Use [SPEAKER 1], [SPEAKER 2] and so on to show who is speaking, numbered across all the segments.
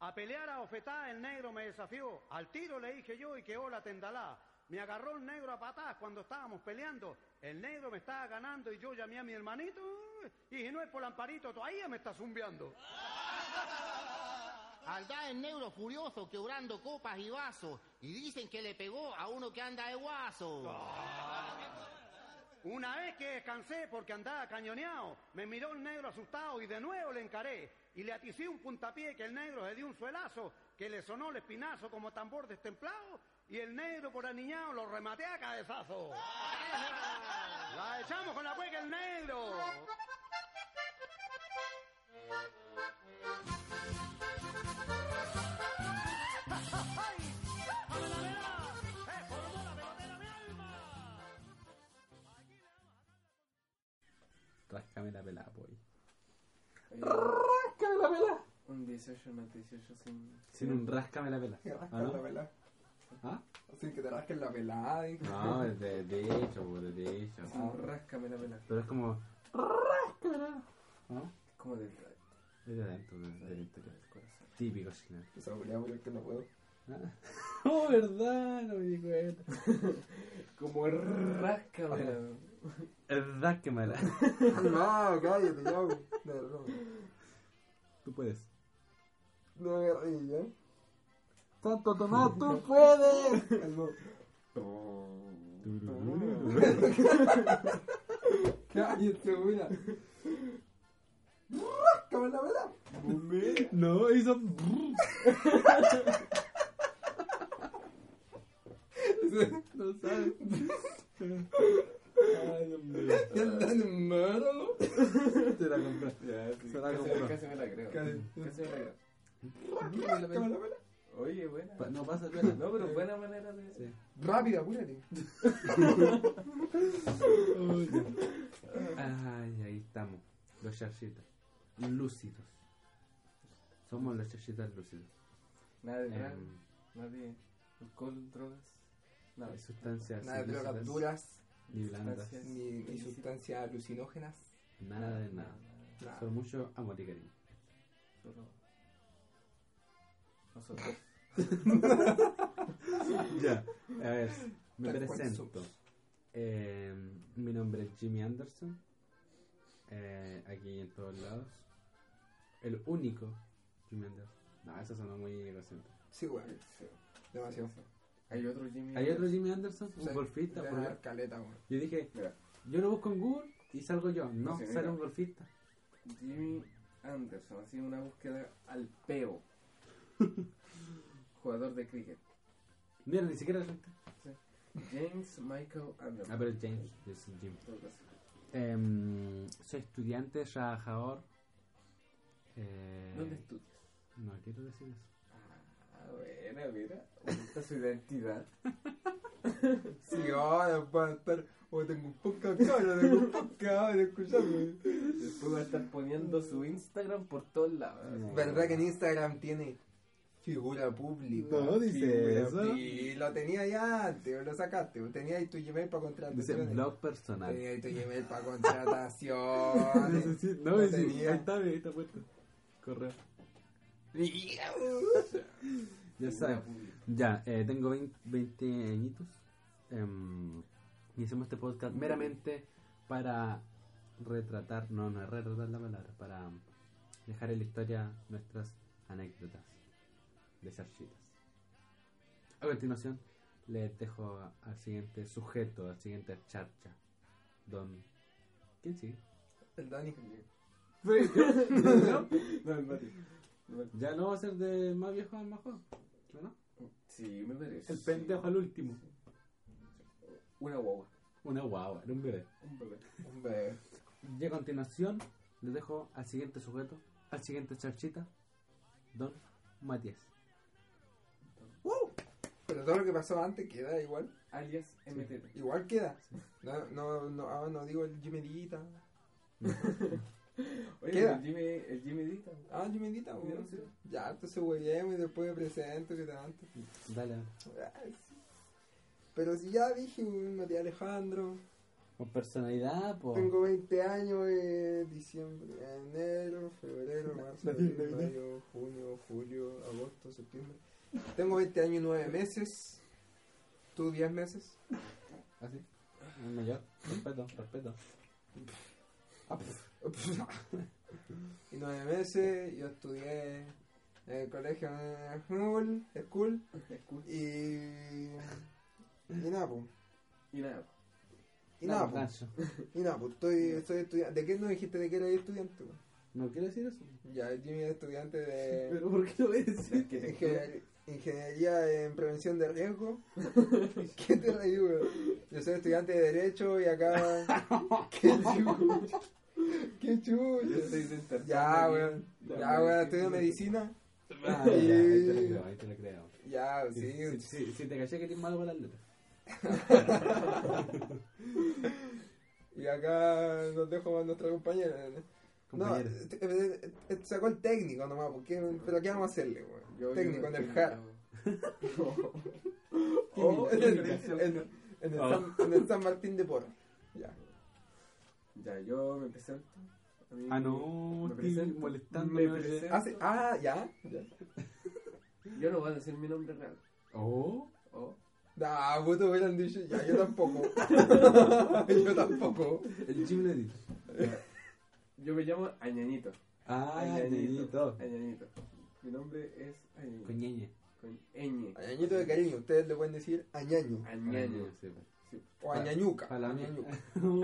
[SPEAKER 1] A pelear a ofetá el negro me desafió. Al tiro le dije yo y que hola tendalá. Me agarró el negro a patadas cuando estábamos peleando. El negro me estaba ganando y yo llamé a mi hermanito. Y dije, no es por lamparito, todavía me está zumbiando.
[SPEAKER 2] Anda el negro furioso quebrando copas y vasos y dicen que le pegó a uno que anda de guaso.
[SPEAKER 1] Una vez que descansé porque andaba cañoneado, me miró el negro asustado y de nuevo le encaré y le aticé un puntapié que el negro le dio un suelazo que le sonó el espinazo como tambor destemplado y el negro por aniñado lo rematé a cabezazo. La echamos con la cueca el negro.
[SPEAKER 3] Ráscame la pues. pelada, boy.
[SPEAKER 4] Eh,
[SPEAKER 3] ¡Ráscame la pelada!
[SPEAKER 4] un 18 más 18 sin.
[SPEAKER 3] Sin un ráscame la pelada.
[SPEAKER 5] Que rascan
[SPEAKER 3] ¿Ah, no?
[SPEAKER 5] la pelada.
[SPEAKER 3] ¿Ah?
[SPEAKER 5] Así que te rasquen la pelada. dijo.
[SPEAKER 3] No, es de, de hecho, po, de, de hecho.
[SPEAKER 4] Ah, ráscame la pela.
[SPEAKER 3] Pero es como... ¡Ráscame la ¿No?
[SPEAKER 4] Como del del
[SPEAKER 3] Es de adentro, de- del interior.
[SPEAKER 4] corazón.
[SPEAKER 3] Típico chileno.
[SPEAKER 5] Esa culiada, weón, que no puedo.
[SPEAKER 3] ¿Ah? Oh, verdad, no me di cuenta.
[SPEAKER 4] Como
[SPEAKER 5] Ah.
[SPEAKER 4] ráscame la
[SPEAKER 3] Ráscame la...
[SPEAKER 5] No, cállate ya, güey. No, no.
[SPEAKER 3] Tú puedes.
[SPEAKER 5] No me ¿eh? reí, ya.
[SPEAKER 3] Santo Tomás, tú puedes.
[SPEAKER 5] Algo. Cállate, mira. Ráscame la pelada.
[SPEAKER 3] No, hizo. no sabes. Ay, Dios mío.
[SPEAKER 5] Ya está en el mero.
[SPEAKER 3] Te la compraste.
[SPEAKER 4] Ya, sí,
[SPEAKER 3] Se la
[SPEAKER 4] casi-
[SPEAKER 3] compró.
[SPEAKER 4] Casi me la creo.
[SPEAKER 5] Ah, Casi.
[SPEAKER 4] Casi me la creo.
[SPEAKER 5] Ráscame la pelada.
[SPEAKER 4] Oye, buena.
[SPEAKER 3] Pa- No pasa nada.
[SPEAKER 4] No, pero buena manera de.
[SPEAKER 3] Sí.
[SPEAKER 5] Rápida, apúrate.
[SPEAKER 3] Ay, ahí estamos. Los charchitas. Lúcidos. Somos los charchitas lúcidos.
[SPEAKER 4] Nada de
[SPEAKER 3] Eh,
[SPEAKER 4] drag, nadie. Alcohol, drogas. Nada.
[SPEAKER 3] hay sustancias.
[SPEAKER 5] Nada de drogas
[SPEAKER 3] ilícitas
[SPEAKER 5] duras,
[SPEAKER 3] Ni blandas.
[SPEAKER 4] sustancias.
[SPEAKER 5] ni, ni sustancias alucinógenas.
[SPEAKER 3] Nada de nada.
[SPEAKER 5] Nada.
[SPEAKER 3] Solo mucho amor y cariño.
[SPEAKER 4] Solo. Nosotros.
[SPEAKER 3] Ya, a ver, me
[SPEAKER 5] Tal cual
[SPEAKER 3] presento.
[SPEAKER 5] somos.
[SPEAKER 3] Eh, mi nombre es Jimmy Anderson. Eh, aquí en todos lados. El único Jimmy Anderson. No, eso sonó muy egocéntrico.
[SPEAKER 5] Sí, weón. Demasiado.
[SPEAKER 4] Hay otro Jimmy.
[SPEAKER 3] ¿Hay otro Jimmy Anderson? Un
[SPEAKER 5] sea,
[SPEAKER 3] golfista.
[SPEAKER 5] Debe
[SPEAKER 3] por-
[SPEAKER 5] haber caleta, weón.
[SPEAKER 3] Yo dije,
[SPEAKER 4] Mira.
[SPEAKER 3] yo lo busco en Google y salgo yo. No,
[SPEAKER 4] Sí,
[SPEAKER 3] sale
[SPEAKER 4] mira.
[SPEAKER 3] un golfista.
[SPEAKER 4] Jimmy Anderson, así una búsqueda al peo. Jugador de cricket.
[SPEAKER 3] Mira, ni siquiera. Ah,
[SPEAKER 4] James Michael Anderson.
[SPEAKER 3] pero es James, es Jim.
[SPEAKER 4] Todo caso.
[SPEAKER 3] Em, soy estudiante, trabajador. Eh,
[SPEAKER 4] ¿Dónde estudias?
[SPEAKER 3] No quiero decir eso.
[SPEAKER 4] Ah, buena, mira. Esta es su identidad.
[SPEAKER 5] Sí, ahora van a estar. O tengo un podcast acá, ahora tengo un podcast ahora, escuchadme.
[SPEAKER 4] Después va a estar poniendo su Instagram por todos lados.
[SPEAKER 3] Eh.
[SPEAKER 5] ¿Verdad que en Instagram tiene figura pública?
[SPEAKER 3] No, dice
[SPEAKER 5] Figura
[SPEAKER 3] eso.
[SPEAKER 5] pública. Y lo tenía ya antes, lo sacaste. Tenía ahí tu Gmail
[SPEAKER 3] Dice
[SPEAKER 5] para contrataciones.
[SPEAKER 3] blog personal.
[SPEAKER 5] Tenía ahí tu Gmail para contrataciones.
[SPEAKER 3] Sí, sí,
[SPEAKER 5] Lo
[SPEAKER 3] no, sí,
[SPEAKER 5] tenía.
[SPEAKER 3] ahí está, ahí está puesto. Correo. Ya sabes. Ya, eh, tengo 20, 20 añitos. em, y hacemos este podcast meramente para retratar, no, no es retratar la palabra, para dejar en la historia nuestras anécdotas de charchitas. A continuación, les dejo a- al siguiente sujeto, al siguiente charcha. Don. ¿Quién sigue?
[SPEAKER 5] El Dani.
[SPEAKER 4] No, el Mati. El Mati.
[SPEAKER 3] Ya no va a ser de más viejo al más joven. ¿o ¿no?
[SPEAKER 4] Sí, me parece.
[SPEAKER 3] El pendejo al último.
[SPEAKER 4] Una guagua.
[SPEAKER 3] Una guagua, era un bebé.
[SPEAKER 4] Un bebé.
[SPEAKER 5] Hombre.
[SPEAKER 3] Y a continuación les dejo al siguiente sujeto, al siguiente charchita, Don Matías.
[SPEAKER 5] Pero todo lo que pasó antes queda igual.
[SPEAKER 4] Alias MTT.
[SPEAKER 5] Igual queda. No, no, no, ah, no digo el Gmailita.
[SPEAKER 4] Oye,
[SPEAKER 5] Queda.
[SPEAKER 4] el Jimmy, el Jimmy Dita.
[SPEAKER 5] Ah, Gmailita, bueno.
[SPEAKER 4] Sí.
[SPEAKER 5] Ya, entonces huellemos y después me presento que tanto.
[SPEAKER 3] Dale,
[SPEAKER 5] Ah, sí. Pero si ya dije, weón, Matías Alejandro,
[SPEAKER 3] por personalidad, por...
[SPEAKER 5] tengo 20 años, eh, diciembre, enero, febrero, marzo, abril, mayo, junio, junio, julio, agosto, septiembre. Tengo 20 años y 9 meses. ¿Tú 10 meses?
[SPEAKER 3] Así. El ¿Ah, mayor. Respeto, respeto. Ah, pues,
[SPEAKER 5] y 9 meses. Yo estudié en el colegio eh, Hull, School. Y. Y nada, po.
[SPEAKER 4] Y nada.
[SPEAKER 5] Y nada, pues. po.
[SPEAKER 3] Nacho.
[SPEAKER 5] Y nada, po. Estoy, estoy estudiante. ¿De qué no dijiste de que eres estudiante, po?
[SPEAKER 3] No quiero decir eso.
[SPEAKER 5] Ya, Jimmy es estudiante de
[SPEAKER 3] ¿por qué lo voy a decir?
[SPEAKER 5] Ingeniería, Ingeniería en Prevención de Riesgo. ¿Qué te reí, weón? Yo soy estudiante de Derecho y acá. ¡Qué chucho! ¡Qué
[SPEAKER 4] Yo
[SPEAKER 5] chucho!
[SPEAKER 4] soy de tercer
[SPEAKER 5] Ya,
[SPEAKER 4] año.
[SPEAKER 5] weón.
[SPEAKER 4] Ya,
[SPEAKER 5] Ya,
[SPEAKER 4] weón,
[SPEAKER 5] weón, estudio medicina.
[SPEAKER 3] Ah, ya, ahí te lo creo, ahí te lo creo.
[SPEAKER 5] Ya,
[SPEAKER 3] Sí, sí,
[SPEAKER 5] sí.
[SPEAKER 3] sí, sí, te caché que tienes malo para las letras.
[SPEAKER 5] Y acá nos dejo a nuestra compañera. No,
[SPEAKER 3] Compañero.
[SPEAKER 5] eh, eh, eh, sacó el técnico nomás, porque, pero ¿qué vamos a hacerle,
[SPEAKER 4] Yo
[SPEAKER 5] weón?
[SPEAKER 4] vivo
[SPEAKER 5] Técnico en el JAR.
[SPEAKER 4] Qué
[SPEAKER 5] Oh, en, el,
[SPEAKER 4] imitación.
[SPEAKER 5] en- en el
[SPEAKER 3] Oh.
[SPEAKER 5] San, en el San Martín de Porra. Ya.
[SPEAKER 4] Ya, yo me presento. A mí-
[SPEAKER 3] Ah, no,
[SPEAKER 4] me
[SPEAKER 3] estoy
[SPEAKER 4] presento.
[SPEAKER 3] molestando,
[SPEAKER 4] Me
[SPEAKER 3] no sé.
[SPEAKER 4] presento.
[SPEAKER 5] Ah, sí. Ah, ya. ya.
[SPEAKER 4] Yo no voy a decir mi nombre real.
[SPEAKER 3] Oh,
[SPEAKER 4] Oh,
[SPEAKER 5] Nah, puto, hubieran dicho ya, yo tampoco. yo tampoco.
[SPEAKER 3] el Jim le dice.
[SPEAKER 4] Yo me llamo Añañito.
[SPEAKER 3] Ah, ñañito.
[SPEAKER 4] Añañito. Mi nombre es Añañito.
[SPEAKER 3] Con ñeñe.
[SPEAKER 4] Con ñ.
[SPEAKER 5] Añañito de cariño, ustedes le pueden decir añaño
[SPEAKER 4] Añaño.
[SPEAKER 3] Sí, pues.
[SPEAKER 5] o añañuca.
[SPEAKER 3] Para la mía.
[SPEAKER 5] añañuca.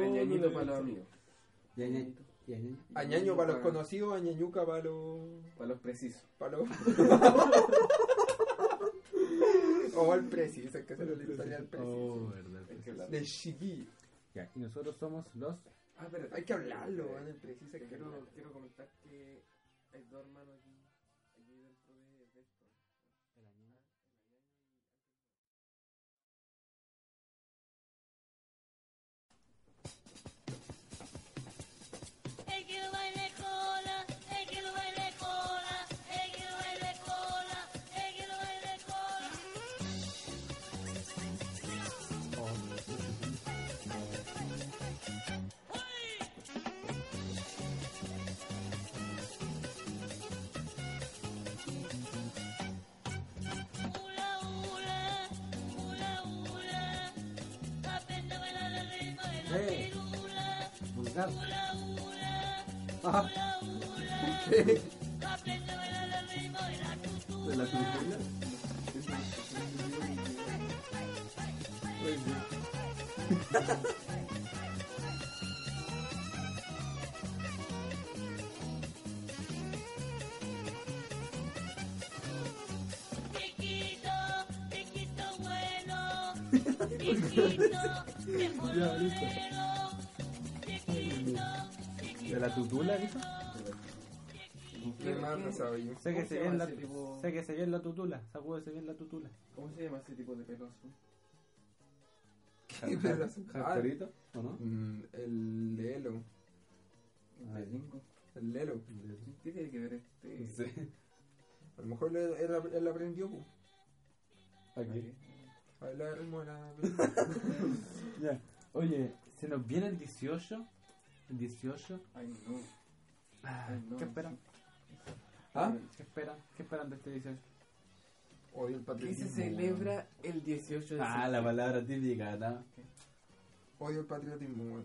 [SPEAKER 4] Añañito para los amigos.
[SPEAKER 3] Ya, ya, ya, ya.
[SPEAKER 5] Añaño para los conocidos, añañuca para los.
[SPEAKER 4] Para los precisos.
[SPEAKER 5] para los. o al preciso, es que se lo le sale al preciso.
[SPEAKER 3] Oh, verdad.
[SPEAKER 4] Hay que hablar.
[SPEAKER 5] De chiqui.
[SPEAKER 3] Ya, y nosotros somos los.
[SPEAKER 4] Ah, pero
[SPEAKER 5] Hay que hablarlo, ¿eh? weón, el preciso. hay que
[SPEAKER 4] Quiero,
[SPEAKER 5] hablarlo.
[SPEAKER 4] quiero comentar que hay dos hermanos aquí, aquí dentro de, de esto.
[SPEAKER 6] El que no baile cola, el que no baile cola, el que no baile cola, el que no baile cola. Ula, ula, ula, ula, aprende a bailar el ritmo de la
[SPEAKER 3] Eh.
[SPEAKER 6] pirula.
[SPEAKER 3] Vulgar.
[SPEAKER 6] Ula, ula.
[SPEAKER 3] Ah, de la cultura.
[SPEAKER 6] Chiquito, chiquito bueno, chiquito, de
[SPEAKER 3] Ya,
[SPEAKER 6] color
[SPEAKER 3] listo.
[SPEAKER 6] negro, chiquito,
[SPEAKER 3] De la tutula, dijo.
[SPEAKER 5] ¿Qué más no sabía?
[SPEAKER 3] Séquese
[SPEAKER 4] se
[SPEAKER 3] bien
[SPEAKER 4] llama
[SPEAKER 3] la,
[SPEAKER 4] ese tipo?
[SPEAKER 3] séquese bien la tutula. Sacúdese bien la tutula.
[SPEAKER 4] ¿Cómo se llama ese tipo de pelo azul?
[SPEAKER 5] ¿Qué pelo azul?
[SPEAKER 3] ¿Hardcoreito? Ah. ¿O no?
[SPEAKER 5] Mm, el Lelo.
[SPEAKER 4] De cinco.
[SPEAKER 5] El Lelo.
[SPEAKER 4] ¿Qué tiene que ver este?
[SPEAKER 3] No sé.
[SPEAKER 5] A lo mejor él, él, él aprendió pu,
[SPEAKER 3] Aquí.
[SPEAKER 5] a bailar ritmo de la
[SPEAKER 3] Ya. Oye, se nos viene el 18. El 18.
[SPEAKER 4] Ay, no.
[SPEAKER 3] Ah,
[SPEAKER 4] Ay, no.
[SPEAKER 3] ¿Qué esperan?
[SPEAKER 5] ¿Ah?
[SPEAKER 3] ¿Qué esperan? ¿Qué esperan de este 18?
[SPEAKER 5] Hoy el
[SPEAKER 4] ¿Qué Ah, se
[SPEAKER 5] patriotismo. weón.
[SPEAKER 4] celebra el 18 de septiembre?
[SPEAKER 3] Ah, palabra típica, ¿no?
[SPEAKER 5] Odio el patriotismo, weón.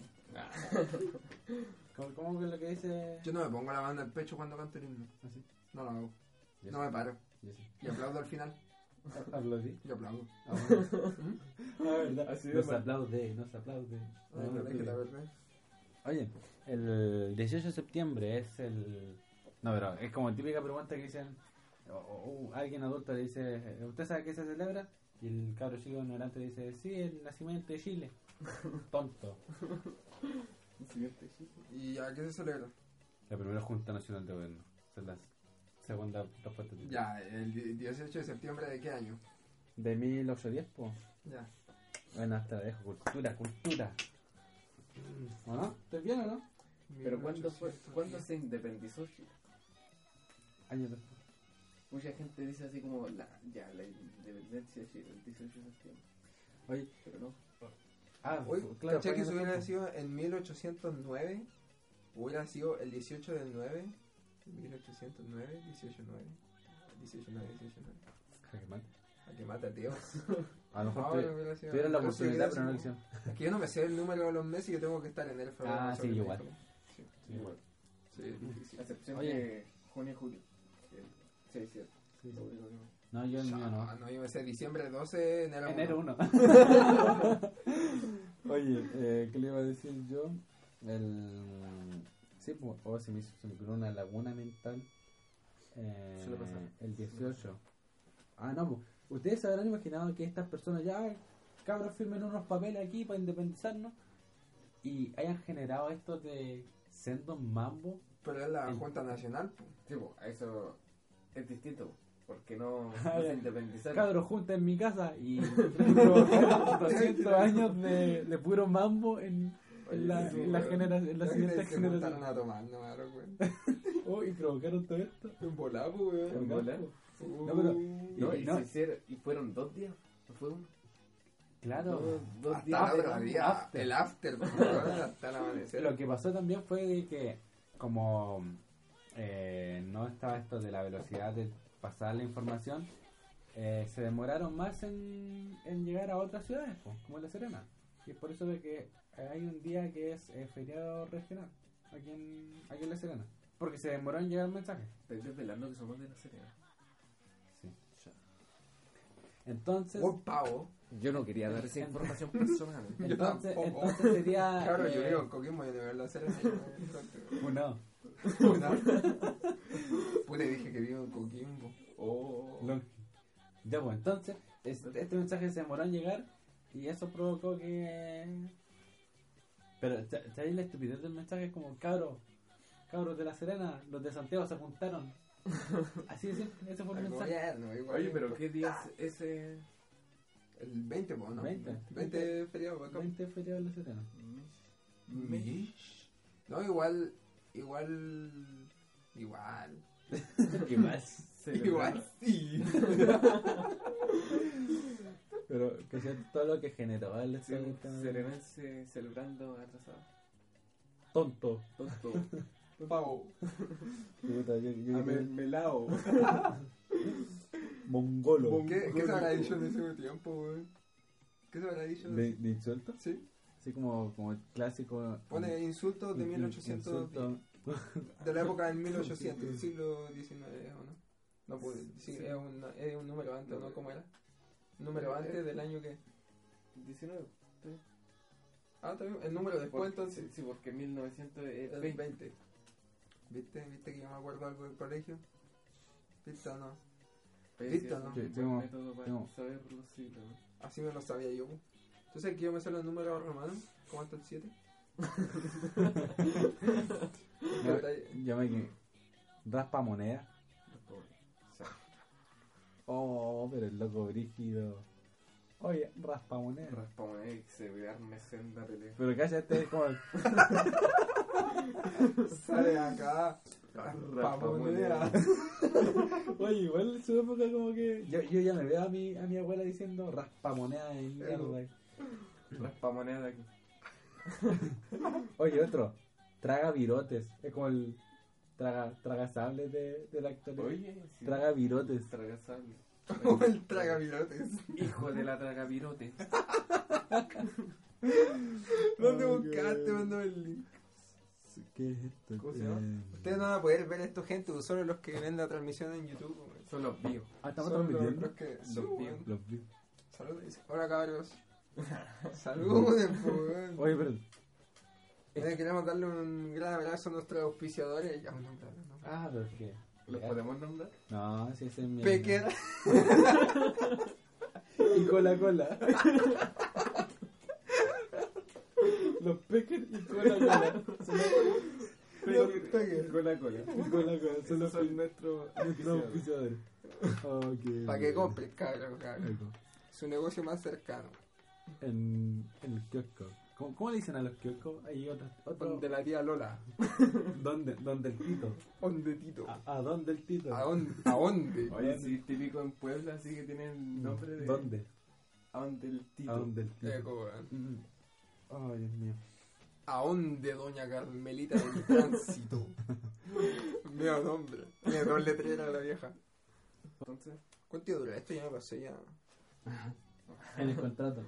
[SPEAKER 3] ¿Cómo, cómo que lo que dice? Ah,
[SPEAKER 5] Yo no me pongo la banda al pecho cuando canto el himno.
[SPEAKER 3] Así.
[SPEAKER 5] No lo hago.
[SPEAKER 3] Yo
[SPEAKER 5] No
[SPEAKER 3] sí,
[SPEAKER 5] me paro.
[SPEAKER 3] yo sí.
[SPEAKER 5] Y aplaudo al final.
[SPEAKER 3] Aplaudí.
[SPEAKER 5] Yo aplaudo.
[SPEAKER 3] Ah, bueno. Ah, verdad.
[SPEAKER 4] Así de
[SPEAKER 3] Nos
[SPEAKER 4] mal.
[SPEAKER 3] aplaude, nos aplaude.
[SPEAKER 5] Ay, la verdad es que la verdad.
[SPEAKER 3] Oye, el 18 de septiembre es el... No, pero es como típica pregunta que dicen... o- o- o alguien adulto le dice, ¿usted sabe qué se celebra? Y el cabro chico ignorante dice, sí, el nacimiento de Chile. Tonto.
[SPEAKER 4] El siguiente chico.
[SPEAKER 5] ¿Y a qué se celebra?
[SPEAKER 3] La primera Junta Nacional de Gobierno. Esa es la segunda respuesta.
[SPEAKER 5] Ya, el di- 18 de septiembre de qué año?
[SPEAKER 3] De 1810, pues.
[SPEAKER 5] Ya.
[SPEAKER 3] Bueno, hasta dejo. Cultura, cultura. ¿O no? ¿Estás bien o no?
[SPEAKER 4] Pero ¿cuándo, fue,
[SPEAKER 5] 1810.
[SPEAKER 4] ¿cuándo se independizó Chile?
[SPEAKER 3] Años después.
[SPEAKER 4] Mucha gente dice así como, la, ya, la independencia de Chile, el 18 de septiembre.
[SPEAKER 3] Oye,
[SPEAKER 4] Pero no.
[SPEAKER 3] ah,
[SPEAKER 5] Oye,
[SPEAKER 3] fu-
[SPEAKER 5] ¿cachai
[SPEAKER 3] fue
[SPEAKER 5] que
[SPEAKER 3] años
[SPEAKER 5] si hubiera
[SPEAKER 3] después.
[SPEAKER 5] sido en 1809? Hubiera sido el 18 del 9. 1809, 18 9. 19, 19.
[SPEAKER 3] Jaque mate.
[SPEAKER 5] ¿A que mata, tío?
[SPEAKER 3] A lo mejor
[SPEAKER 5] Ahora
[SPEAKER 3] tuvi-
[SPEAKER 5] Ah, hubiera sido-
[SPEAKER 3] tuvieron la
[SPEAKER 5] hubiera sido
[SPEAKER 3] oportunidad, pero no lo
[SPEAKER 5] gracia.
[SPEAKER 3] hicieron.
[SPEAKER 5] Es que yo no me sé el número de los meses y yo tengo que estar en el febrero.
[SPEAKER 3] Ah,
[SPEAKER 5] no sé
[SPEAKER 3] sí,
[SPEAKER 5] qué
[SPEAKER 3] igual.
[SPEAKER 5] dijo.
[SPEAKER 4] Igual.
[SPEAKER 5] Sí, es difícil.
[SPEAKER 4] A excepción
[SPEAKER 3] Oye.
[SPEAKER 4] de junio y julio. Sí, sí.
[SPEAKER 3] Sí,
[SPEAKER 4] Lo
[SPEAKER 3] sí.
[SPEAKER 4] único que-
[SPEAKER 3] No, yo el mío
[SPEAKER 5] Ah,
[SPEAKER 3] no.
[SPEAKER 5] no, yo me sé diciembre 12, enero 1.
[SPEAKER 3] Enero 1. Oye, eh, ¿qué le iba a decir yo? El... Sí, pues, oh, se me hizo se me ocurrió una laguna mental. Eh,
[SPEAKER 5] Suele pasar.
[SPEAKER 3] el 18. Ah, no, pues, ustedes se habrán imaginado que estas personas ya, cabros, firmen unos papeles aquí para independizarnos y hayan generado esto de sendos mambo.
[SPEAKER 5] Pero es la
[SPEAKER 3] El-
[SPEAKER 5] Junta Nacional. po.
[SPEAKER 4] Sí, po, a eso es distinto. Porque no,
[SPEAKER 3] Ah,
[SPEAKER 4] no se
[SPEAKER 3] ya.
[SPEAKER 4] independizaron.
[SPEAKER 3] Cabros, junta en mi casa y provocaron 200 años de, de puro mambo en, en la,
[SPEAKER 5] Sí,
[SPEAKER 3] en la,
[SPEAKER 5] weón.
[SPEAKER 3] genera- en la
[SPEAKER 5] Ya que
[SPEAKER 3] siguiente
[SPEAKER 5] se juntaron
[SPEAKER 3] generación.
[SPEAKER 5] a tomar, no me acuerdo, weón.
[SPEAKER 3] Oh, y provocaron todo esto.
[SPEAKER 5] En volá, po, weón.
[SPEAKER 4] En bola.
[SPEAKER 3] No, pero-
[SPEAKER 4] No, y,
[SPEAKER 3] no.
[SPEAKER 4] se hicieron- y fueron dos días. ¿No fue uno?
[SPEAKER 3] Claro.
[SPEAKER 4] Dos, dos
[SPEAKER 5] Hasta
[SPEAKER 4] días.
[SPEAKER 5] el
[SPEAKER 3] After,
[SPEAKER 5] otro día,
[SPEAKER 3] after.
[SPEAKER 5] el after, po, weón, hasta el amanecer.
[SPEAKER 3] Lo que pasó también fue de que, como eh, no estaba esto de la velocidad de pasar la información, eh, se demoraron más en, en llegar a otras ciudades, po, como La Serena. Y es por eso de que hay un día que es eh, feriado regional aquí en, aquí en La Serena. Porque se demoró en llegar el mensaje.
[SPEAKER 4] Estoy desvelando que somos de la serie.
[SPEAKER 3] Sí. Entonces,
[SPEAKER 5] Un pavo.
[SPEAKER 4] Yo no quería dar esa información personal.
[SPEAKER 3] entonces,
[SPEAKER 5] tampoco.
[SPEAKER 3] entonces sería.
[SPEAKER 5] Claro,
[SPEAKER 3] eh,
[SPEAKER 5] yo digo, en Coquimbo yo de verdad hacer eso. weón.
[SPEAKER 3] funado.
[SPEAKER 5] Puta, dije que vivo en Coquimbo.
[SPEAKER 4] Oh.
[SPEAKER 3] Lo- Ya, pues entonces, este, este mensaje se demoró en llegar y eso provocó que. Pero, ¿sa- ¿sabéis la estupidez del mensaje? Es como, cabros, cabros de la Serena, los de Santiago se juntaron. Así de simple, ese fue el
[SPEAKER 5] Al
[SPEAKER 3] mensaje.
[SPEAKER 5] gobierno, igual.
[SPEAKER 4] Oye, pero ¿qué día es ese?
[SPEAKER 5] El 20, po, ¿no?
[SPEAKER 3] 20.
[SPEAKER 5] 20 feriado acá.
[SPEAKER 3] 20 feriados de la Serena.
[SPEAKER 5] Mish. No, igual. Igual. Igual.
[SPEAKER 3] ¿Qué más?
[SPEAKER 5] Igual sí.
[SPEAKER 3] Pero, que sea todo lo que generó el
[SPEAKER 4] Sí,
[SPEAKER 3] ese-
[SPEAKER 4] Serenense celebrando atrasado.
[SPEAKER 3] Tonto.
[SPEAKER 4] Tonto.
[SPEAKER 5] Pavo.
[SPEAKER 3] Puta, yo- yo-
[SPEAKER 5] Ah,
[SPEAKER 4] melao.
[SPEAKER 3] mongolo.
[SPEAKER 5] ¿Qué, ¿Qué se habrá dicho en ese tiempo, weón? ¿Qué se habrá dicho?
[SPEAKER 3] ¿De, de insulto?
[SPEAKER 5] Sí.
[SPEAKER 3] Así como, como el clásico.
[SPEAKER 5] Pone insultos de
[SPEAKER 3] in- in-
[SPEAKER 5] 1800.
[SPEAKER 3] insulto.
[SPEAKER 5] De la época del 1800, del siglo XIX, ¿o no? No pude. Sí, es un, es un número antes, ¿o ¿no? ¿Cómo era? Número antes del año que.
[SPEAKER 4] 19.
[SPEAKER 5] Ah, también. El número después, entonces.
[SPEAKER 4] Sí, porque 1900 es
[SPEAKER 5] El
[SPEAKER 4] 20.
[SPEAKER 5] 20. ¿Viste? ¿Viste que yo me acuerdo algo del colegio? ¿Viste o no? Listo, ¿no?
[SPEAKER 3] Sí,
[SPEAKER 4] Buen
[SPEAKER 3] tengo-
[SPEAKER 4] método para
[SPEAKER 3] tengo.
[SPEAKER 4] saber los siglos. ¿no?
[SPEAKER 5] Así me lo sabía yo. Entonces aquí yo me sé los números romanos. ¿Cómo está el 7?
[SPEAKER 3] Ya- Ya me que raspa moneda. Oh, pero el loco brígido. Oye, raspa moneda.
[SPEAKER 4] Raspame y se ve arme senda pelea.
[SPEAKER 3] Pero cállate, como
[SPEAKER 5] Sale
[SPEAKER 3] Ah,
[SPEAKER 5] acá. Ah,
[SPEAKER 4] Rapamoneda.
[SPEAKER 5] Rapamoneda.
[SPEAKER 3] Oye, igual en su época como que. Yo, yo ya me veo a mi, a mi abuela diciendo raspa moneda de mierda.
[SPEAKER 4] Raspamoneda aquí.
[SPEAKER 3] Oye, otro. Traga virotes. Es como el. Traga, traga sables de, de la actualidad.
[SPEAKER 4] Oye, sí.
[SPEAKER 3] Traga virotes.
[SPEAKER 4] Tragasable.
[SPEAKER 5] Como Oh, el tragavirotes.
[SPEAKER 4] Hijo de la tragavirote.
[SPEAKER 5] ¿Dónde
[SPEAKER 3] Ok.
[SPEAKER 5] buscaste? Mandó el link.
[SPEAKER 3] ¿Qué es esto? Eh,
[SPEAKER 5] ¿Cómo se llama? Ustedes no van a poder ver esto, gente, solo los que ven la transmisión en YouTube. güey.
[SPEAKER 4] Son los vivos.
[SPEAKER 3] Ah, estamos
[SPEAKER 5] Solo
[SPEAKER 3] transmitiendo.
[SPEAKER 5] Los que... sí,
[SPEAKER 4] Los
[SPEAKER 5] güey.
[SPEAKER 4] vivos.
[SPEAKER 3] Los vi.
[SPEAKER 5] Saludos. Hola, cabros. Saludos, pues.
[SPEAKER 3] Oye, pero.
[SPEAKER 5] Eh, queremos darle un gran abrazo a nuestros auspiciadores. Ya, un nombre, ¿no?
[SPEAKER 3] Ah, pero es que.
[SPEAKER 4] ¿Los podemos nombrar?
[SPEAKER 3] No, si ese es mi.
[SPEAKER 5] Pequera.
[SPEAKER 3] Y cola cola. Los peques y cola cola. Son los-
[SPEAKER 5] Los Pecker.
[SPEAKER 4] Cola cola.
[SPEAKER 3] Y cola cola. Son
[SPEAKER 4] Esos
[SPEAKER 3] los
[SPEAKER 4] son nuestros
[SPEAKER 3] nuestros auspiciadores. Ok.
[SPEAKER 5] Para que compres, cabros, cabros.
[SPEAKER 3] Algo.
[SPEAKER 5] Su negocio más cercano.
[SPEAKER 3] En en el kiosco. ¿Cómo, cómo le dicen a los kioscos? Hay otro. otro
[SPEAKER 5] Donde la tía Lola.
[SPEAKER 3] ¿Dónde? ¿Dónde el tito?
[SPEAKER 5] Donde Tito.
[SPEAKER 4] Ah.
[SPEAKER 3] ¿A, a dónde el tito?
[SPEAKER 5] ¿A dónde? ¿A dónde?
[SPEAKER 4] Oye, sí, típico en Puebla, así que tienen el nombre de...
[SPEAKER 3] ¿Dónde?
[SPEAKER 4] ¿A dónde el
[SPEAKER 3] ¿A
[SPEAKER 4] tito?
[SPEAKER 3] dónde el tito?
[SPEAKER 5] Eh, como, eh,
[SPEAKER 3] Mm. Ay, Dios mío.
[SPEAKER 5] ¿A dónde Doña Carmelita del Tránsito? Mira, nombre. Tiene dos letreras la vieja.
[SPEAKER 4] Entonces,
[SPEAKER 5] ¿Cuánto dura esto? Ya me pasé ya.
[SPEAKER 3] En el contrato.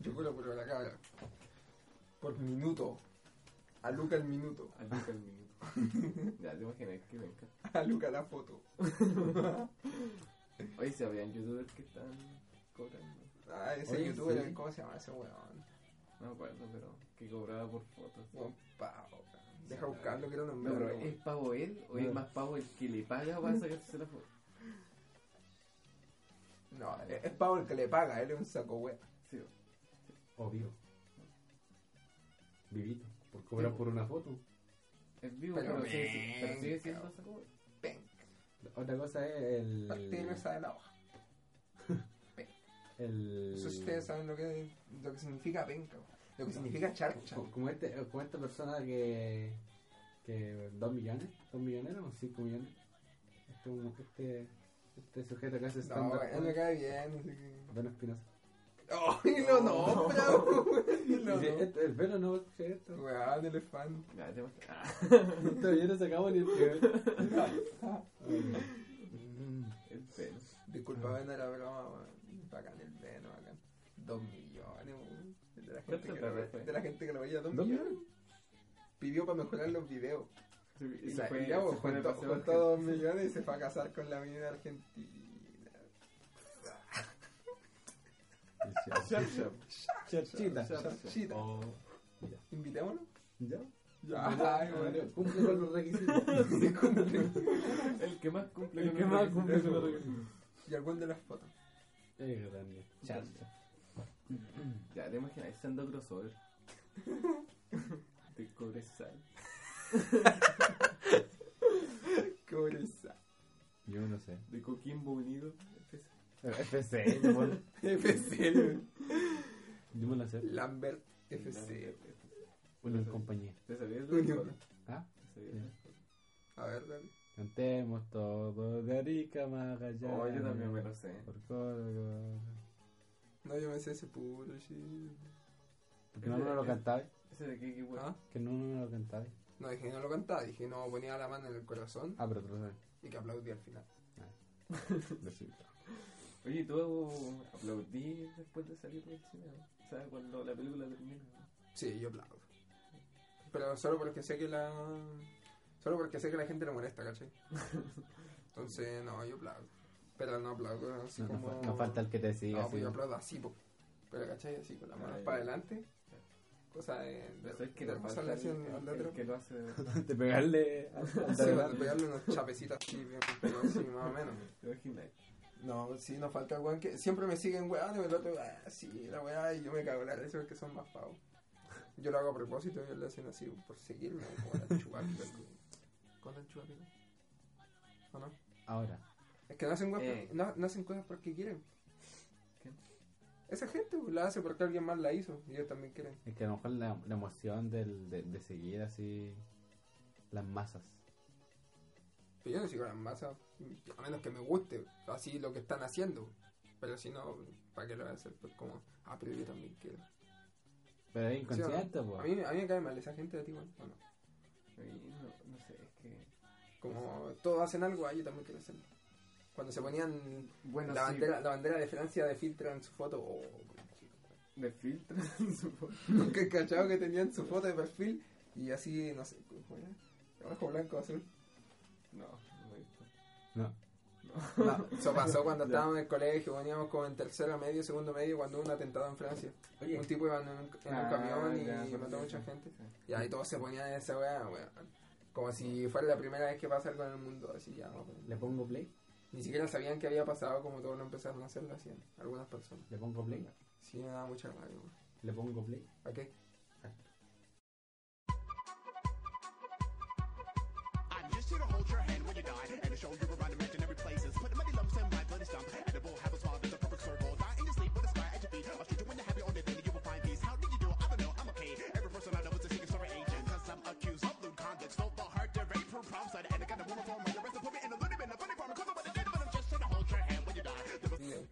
[SPEAKER 5] Yo colaboro a la cabra. Por minuto. A Luca el minuto.
[SPEAKER 4] al Luca el minuto. ya te imaginas que venga.
[SPEAKER 5] A Luca la foto.
[SPEAKER 4] Oye, si habían youtubers que están cobrando.
[SPEAKER 5] Ah, ese
[SPEAKER 3] Oye,
[SPEAKER 5] youtuber,
[SPEAKER 3] sí.
[SPEAKER 5] ¿cómo se llama ese weón?
[SPEAKER 4] No me acuerdo, pero que cobraba por fotos.
[SPEAKER 5] Weón pavo. weón. Deja buscarlo, que lo nombré.
[SPEAKER 4] pero
[SPEAKER 5] weón.
[SPEAKER 4] ¿es pavo él o es
[SPEAKER 3] No. Mm.
[SPEAKER 4] más pavo el que le paga para sacarse la foto?
[SPEAKER 5] No, es, es pavo el que le paga, él es un saco wea.
[SPEAKER 4] Sí,
[SPEAKER 3] O vivo. Vivito. Por cobrar por una foto.
[SPEAKER 4] es vivo,
[SPEAKER 5] Pero
[SPEAKER 4] pero, sigue- sí, pero sigue
[SPEAKER 5] venga.
[SPEAKER 4] siendo saco.
[SPEAKER 5] Pen.
[SPEAKER 3] Otra cosa es el.
[SPEAKER 5] Partido Ah, esa de la hoja.
[SPEAKER 3] el
[SPEAKER 5] Eso ustedes saben lo que, lo que significa penca, weón. lo que significa charcha.
[SPEAKER 3] co- como, este, como esta persona que. que. dos millones. dos millones o cinco millones. Este, un- este, este sujeto que hace
[SPEAKER 5] No,
[SPEAKER 3] stand-up.
[SPEAKER 5] weón, me cae bien, así que.
[SPEAKER 3] Don Espinosa.
[SPEAKER 5] ¡Ay, lo nombra, weón! Lo
[SPEAKER 3] Dice,
[SPEAKER 5] nombra.
[SPEAKER 3] "Este- el pelo no escuché esto.
[SPEAKER 5] Weón, el ah, fan.
[SPEAKER 4] Ya, te imaginas. Ah,
[SPEAKER 3] Todavía no sacamos ni el primer.
[SPEAKER 4] el pelo.
[SPEAKER 5] Disculpa, ven era broma, weón. Bacán el veno, bacán. Dos millones, weón. De la gente
[SPEAKER 4] ¿Cuánto
[SPEAKER 5] que lo
[SPEAKER 4] plata
[SPEAKER 5] ve-
[SPEAKER 4] fue?
[SPEAKER 5] de la gente que lo veía, dos
[SPEAKER 3] ¿Dos
[SPEAKER 5] millones. Pidió para mejorar los videos.
[SPEAKER 4] Sí,
[SPEAKER 5] Y la
[SPEAKER 4] fue-
[SPEAKER 5] y ya,
[SPEAKER 4] se
[SPEAKER 5] weón,
[SPEAKER 4] fue de
[SPEAKER 5] juntó
[SPEAKER 4] paseo
[SPEAKER 5] juntó
[SPEAKER 4] al-
[SPEAKER 5] dos millones y se fue a casar con la mina de Argentina.
[SPEAKER 4] Chap, chap.
[SPEAKER 3] Chachita.
[SPEAKER 5] Charchita.
[SPEAKER 3] Oh,
[SPEAKER 5] ¿Invitémoslo?
[SPEAKER 3] ¿Ya?
[SPEAKER 5] Ya, ay,
[SPEAKER 3] Bueno,
[SPEAKER 5] weón.
[SPEAKER 3] Cumple con los requisitos.
[SPEAKER 4] El que más cumple
[SPEAKER 3] El
[SPEAKER 4] con
[SPEAKER 3] que
[SPEAKER 4] los
[SPEAKER 3] más
[SPEAKER 4] requisitos.
[SPEAKER 3] cumple con los requisitos.
[SPEAKER 5] Y algún de las fotos.
[SPEAKER 3] Es grande.
[SPEAKER 4] Ya, te imaginas, siendo crossover. Te cobres sal.
[SPEAKER 5] Qué pobreza.
[SPEAKER 3] Yo no sé.
[SPEAKER 4] De Coquimbo Unido. Empecé.
[SPEAKER 3] FC, yo me-
[SPEAKER 5] FC, weón.
[SPEAKER 3] yo me la sé.
[SPEAKER 5] Lambert
[SPEAKER 4] Te
[SPEAKER 5] FC.
[SPEAKER 3] Una compañía.
[SPEAKER 4] sabías de
[SPEAKER 5] Unión.
[SPEAKER 4] la
[SPEAKER 3] ¿Ah?
[SPEAKER 4] ¿Te sabías de la
[SPEAKER 5] A ver, dale.
[SPEAKER 3] Cantemos todos de Arica, Magallanes.
[SPEAKER 4] Oh, yo también me lo sé.
[SPEAKER 3] Por Córdoba.
[SPEAKER 5] No, yo me sé ese puro shit.
[SPEAKER 3] ¿Por
[SPEAKER 5] Eh,
[SPEAKER 3] qué no uno lo cantaba?
[SPEAKER 4] ¿Ese de qué equipo?
[SPEAKER 5] ¿Ah?
[SPEAKER 3] Que no uno lo cantaba.
[SPEAKER 5] No, dije no lo cantaba, dije no ponía la mano en el corazón
[SPEAKER 3] Ah, pero tú lo sabes.
[SPEAKER 5] y que aplaudía al final.
[SPEAKER 3] Lo siento.
[SPEAKER 4] Oye, tú aplaudí después de salir del cine, ¿no? O sea, cuando la película termina. ¿no?
[SPEAKER 5] Sí, yo aplaudo. Pero solo porque sé que la. Solo porque sé que la gente le molesta, ¿cachai? Entonces, no, yo aplaudo. Pero no aplaudo así
[SPEAKER 3] No, no
[SPEAKER 5] como.
[SPEAKER 3] fa- no falta el que te siga.
[SPEAKER 5] No,
[SPEAKER 3] así.
[SPEAKER 5] pues yo aplaudo así, po. Pero, ¿cachai? Así con las
[SPEAKER 4] Ah,
[SPEAKER 5] manos
[SPEAKER 4] ya.
[SPEAKER 5] para adelante.
[SPEAKER 4] Ya.
[SPEAKER 5] Cosa de. de-
[SPEAKER 4] Pero sabes que
[SPEAKER 5] de
[SPEAKER 4] no falta
[SPEAKER 5] pasarle
[SPEAKER 4] el,
[SPEAKER 5] así al-
[SPEAKER 4] el-
[SPEAKER 5] al
[SPEAKER 4] el
[SPEAKER 5] otro.
[SPEAKER 4] que lo hace de verdad.
[SPEAKER 3] de pegarle al- al
[SPEAKER 5] Sí,
[SPEAKER 3] de
[SPEAKER 5] bueno,
[SPEAKER 3] verdad.
[SPEAKER 5] pegarle unos chapecitos así, bien, pero así, más o menos.
[SPEAKER 4] ¿Te imaginas?
[SPEAKER 5] No, sí, no falta el weón que. Siempre me siguen weando y el otro, ah, sí, la weá, y yo me cago en la risa porque son más pavos. Yo lo hago a propósito y ellos lo hacen así por seguirme, como la chubapica. ¿Cuánto el chubapica? ¿O no?
[SPEAKER 3] Ahora.
[SPEAKER 5] Es que no hacen, weas
[SPEAKER 4] Eh.
[SPEAKER 5] por- no, no hacen cosas porque quieren.
[SPEAKER 4] ¿Quién?
[SPEAKER 5] Esa gente pues, la hace porque alguien más la hizo y ellos también quieren.
[SPEAKER 3] Es que a lo mejor la, la emoción del, de, de seguir así las masas.
[SPEAKER 5] Pero yo no sigo las masas, a menos que me guste así lo que están haciendo. Pero si no, ¿para qué lo voy a hacer? Pues como, ah, pero yo también quiero.
[SPEAKER 3] Pero es
[SPEAKER 5] ¿Sí o no?
[SPEAKER 3] inconsciente, po.
[SPEAKER 5] A mí, a mí me cae mal esa gente de ti, weón. ¿o no?
[SPEAKER 4] Oye, no, no sé, es que...
[SPEAKER 5] Como todos hacen algo, ah, yo también quiero hacerlo. Cuando se ponían
[SPEAKER 4] Bueno,
[SPEAKER 5] la,
[SPEAKER 4] sí,
[SPEAKER 5] bandera, la bandera de Francia de filtro en su foto, oh,
[SPEAKER 4] de filtro, supongo.
[SPEAKER 5] nunca he cachado que tenían su foto de perfil y así, no sé, ¿cómo era? Rojo, blanco, azul.
[SPEAKER 4] No, no he visto.
[SPEAKER 3] No.
[SPEAKER 4] No.
[SPEAKER 3] No.
[SPEAKER 5] Eso pasó cuando
[SPEAKER 4] Ya.
[SPEAKER 5] estábamos en el colegio, poníamos como en tercero medio, segundo medio, cuando hubo un atentado en Francia.
[SPEAKER 3] Oye.
[SPEAKER 5] Un tipo iba en un, en un
[SPEAKER 4] Ah,
[SPEAKER 5] camión y
[SPEAKER 4] ya,
[SPEAKER 5] mató a
[SPEAKER 4] sí,
[SPEAKER 5] mucha
[SPEAKER 4] sí,
[SPEAKER 5] gente.
[SPEAKER 4] sí.
[SPEAKER 5] Y ahí todos se ponían en esa weá, weón. Como si fuera la primera vez que pasa algo en el mundo, así ya, weón.
[SPEAKER 3] Le pongo play,
[SPEAKER 5] Ni siquiera sabían que había pasado, como todos lo empezaron a hacer, lo hacían algunas personas.
[SPEAKER 3] le pongo play,
[SPEAKER 5] Sí, me daba mucha rabia, weón.
[SPEAKER 3] le pongo play.
[SPEAKER 5] ¿A qué?
[SPEAKER 7] I'm just here to hold your hand when you die and to show you around imaginary places. Put muddy lumps in my bloody stump. Edible habits while there's a perfect circle. Die in your sleep with a sky at your feet. I'll shoot you when you have your own identity. You will find peace. How did you do? it? I don't know. I'm okay. Every person I know is a secret story agent. Cause I'm accused of lewd conduct. Stole the heart to rape her prom side. And I got a woman for my arrest. and Put me in a loony bin. A funny farm. Cover what I did. But I'm just trying to hold your hand when you die. There was-
[SPEAKER 5] Bien.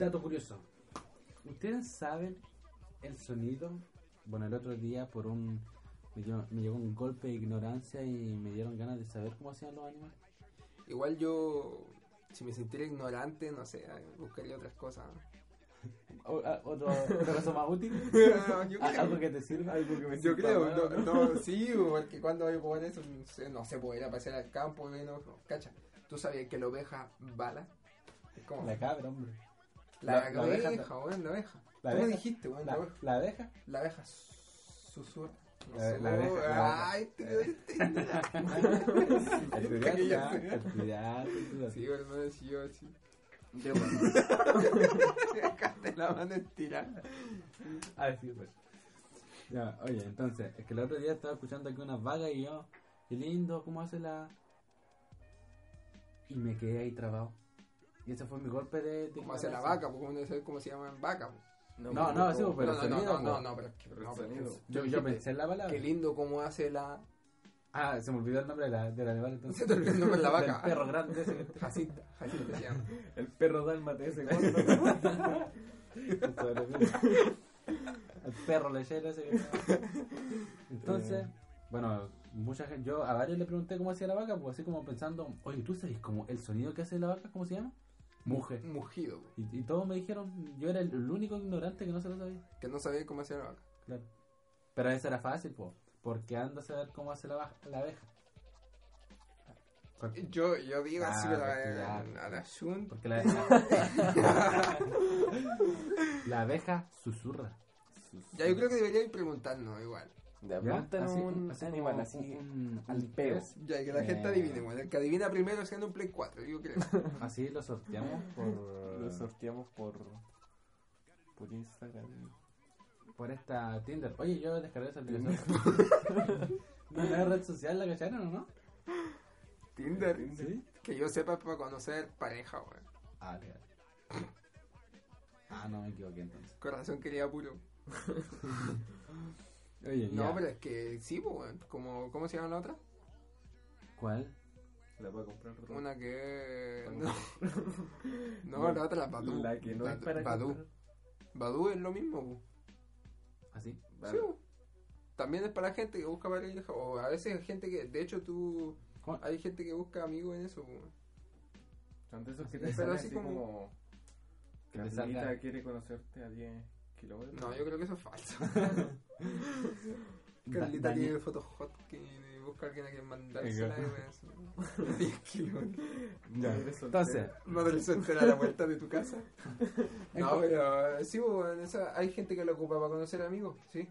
[SPEAKER 3] Dato curioso. ¿Ustedes saben el sonido? Bueno, el otro día por un... Me llegó, me llegó un golpe de ignorancia y me dieron ganas de saber cómo hacían los animales.
[SPEAKER 5] Igual yo, si me sintiera ignorante, no sé, buscaría otras cosas.
[SPEAKER 3] O- a- Otro, otra cosa más útil.
[SPEAKER 5] Yo
[SPEAKER 3] A-
[SPEAKER 5] creo.
[SPEAKER 3] Algo que te sirva.
[SPEAKER 4] Algo que me
[SPEAKER 5] Yo
[SPEAKER 4] sienta
[SPEAKER 5] creo,
[SPEAKER 4] mal,
[SPEAKER 5] no,
[SPEAKER 4] ¿no?
[SPEAKER 5] no, sí, porque cuando voy a jugar eso, no sé, no sé, pues, ir a pasear al campo, y no, no, cacha. ¿Tú sabías que la oveja bala? Es como
[SPEAKER 3] La
[SPEAKER 5] la,
[SPEAKER 3] cabra, hombre. la- la
[SPEAKER 5] oveja,
[SPEAKER 3] oveja-
[SPEAKER 5] weón, la oveja.
[SPEAKER 3] la
[SPEAKER 5] Tú me
[SPEAKER 3] oveja-
[SPEAKER 5] dijiste, weón, la,
[SPEAKER 3] La,
[SPEAKER 5] oveja.
[SPEAKER 3] la abeja.
[SPEAKER 5] La abeja susurra. No
[SPEAKER 3] La-
[SPEAKER 5] sé,
[SPEAKER 3] la
[SPEAKER 5] weón.
[SPEAKER 3] abeja, la
[SPEAKER 5] Ay, te quedaste.
[SPEAKER 3] El
[SPEAKER 5] que
[SPEAKER 3] pirata.
[SPEAKER 5] ya sé.
[SPEAKER 3] El pirata.
[SPEAKER 5] Sí, hermano, sí, yo sí. Dejaste la mano estirada.
[SPEAKER 3] Ah, sí, pues. Ya, oye, entonces, es que el otro día estaba escuchando aquí unas vagas y yo, qué lindo, cómo hace la. Y me quedé ahí trabado. Y ese fue mi golpe de. de
[SPEAKER 5] Como hace la
[SPEAKER 3] cabeza.
[SPEAKER 5] vaca, pues como no sé cómo se llaman vaca. pues.
[SPEAKER 3] No, no, sí,
[SPEAKER 5] No,
[SPEAKER 3] pero
[SPEAKER 5] no,
[SPEAKER 3] el
[SPEAKER 5] no,
[SPEAKER 3] sonido,
[SPEAKER 5] no, no,
[SPEAKER 3] pues.
[SPEAKER 5] no, pero es que.
[SPEAKER 4] Pero el
[SPEAKER 5] no, pero
[SPEAKER 4] sonido.
[SPEAKER 5] es-
[SPEAKER 3] Yo, yo pensé en la palabra.
[SPEAKER 5] Qué lindo cómo hace la
[SPEAKER 3] Ah, se me olvidó el nombre de la, de la animal entonces.
[SPEAKER 5] Se te olvidó el nombre de la
[SPEAKER 3] Del
[SPEAKER 5] vaca.
[SPEAKER 3] perro grande ese.
[SPEAKER 5] Jacinta, Jacinta se llama.
[SPEAKER 4] El perro dálmate ese gordo.
[SPEAKER 3] que sobrevive. El perro lechero ese que- Entonces, bueno, mucha gente, yo a varios le pregunté cómo hacía la vaca, pues así como pensando, oye, ¿tú sabes cómo el sonido que hace la vaca, cómo se llama? Muje.
[SPEAKER 5] Mugido, po,
[SPEAKER 3] Y, y todos me dijeron, yo era el, el único ignorante que no se lo sabía.
[SPEAKER 5] que no sabía cómo hacía la vaca.
[SPEAKER 3] Claro. Pero eso era fácil, pues, porque anda a saber cómo hace la, vaca- la abeja. Porque,
[SPEAKER 5] Yo, yo digo así,
[SPEAKER 3] Ah,
[SPEAKER 5] pero
[SPEAKER 3] ya.
[SPEAKER 5] a, a la Shun.
[SPEAKER 3] porque la abeja... la abeja susurra.
[SPEAKER 5] Ya, yo creo que debería ir preguntando igual.
[SPEAKER 4] De
[SPEAKER 3] ¿Ya?
[SPEAKER 4] apuntan
[SPEAKER 3] Así-
[SPEAKER 4] un
[SPEAKER 3] así
[SPEAKER 4] animal
[SPEAKER 3] como
[SPEAKER 4] así
[SPEAKER 3] un- un-
[SPEAKER 4] al
[SPEAKER 3] un
[SPEAKER 4] peo.
[SPEAKER 3] pez.
[SPEAKER 5] Ya, que la gente
[SPEAKER 4] Eh.
[SPEAKER 5] adivine, bueno, el que adivina primero siendo un Play 4, yo creo.
[SPEAKER 3] Así lo sorteamos
[SPEAKER 4] Lo
[SPEAKER 3] por,
[SPEAKER 4] sorteamos por por Instagram.
[SPEAKER 3] por esta Tinder. Oye, yo descargué esa aplicación. ¿No es red social la cacharon o no?
[SPEAKER 5] Tinder,
[SPEAKER 3] Sí.
[SPEAKER 5] que yo sepa es para conocer pareja, weón.
[SPEAKER 3] Ah, legal. Ah, no me equivoqué entonces.
[SPEAKER 5] Con razón quería puro.
[SPEAKER 3] Oye,
[SPEAKER 5] No,
[SPEAKER 3] ya.
[SPEAKER 5] pero es que sí, pues, weón. Como, ¿Cómo se llama la otra?
[SPEAKER 3] ¿Cuál?
[SPEAKER 4] La voy a comprar.
[SPEAKER 5] Una que. No,
[SPEAKER 4] Bueno.
[SPEAKER 5] no la otra, la Badu.
[SPEAKER 4] La que no es para
[SPEAKER 5] Badu.
[SPEAKER 4] comprar.
[SPEAKER 5] Badu es lo mismo, po.
[SPEAKER 3] ¿Así?
[SPEAKER 5] Sí, bo. También es para gente que busca pareja. O a veces hay gente que. De hecho, tú.
[SPEAKER 3] ¿Cómo?
[SPEAKER 5] Hay gente que busca amigos en eso. bo.
[SPEAKER 4] Son de esos que
[SPEAKER 3] Pero
[SPEAKER 4] te salen
[SPEAKER 5] así
[SPEAKER 4] así
[SPEAKER 5] como-
[SPEAKER 4] como...
[SPEAKER 3] Que te
[SPEAKER 4] Carlita
[SPEAKER 3] salga-
[SPEAKER 4] quiere conocerte a 10 kilómetros.
[SPEAKER 5] No, yo creo que eso es falso.
[SPEAKER 3] Da-
[SPEAKER 5] Carlita
[SPEAKER 3] Dani-
[SPEAKER 5] tiene fotos hot que busca a alguien a quien mandársela.
[SPEAKER 3] Exacto.
[SPEAKER 5] y weón, así. Diez kilómetros.
[SPEAKER 3] Ya.
[SPEAKER 4] Madre soltera.
[SPEAKER 3] Entonces,
[SPEAKER 5] Madre soltera a la vuelta de tu casa. No,
[SPEAKER 3] Entonces-
[SPEAKER 5] pero. eh, Sí, bo, en esa- hay gente que lo ocupa para conocer amigos, sí.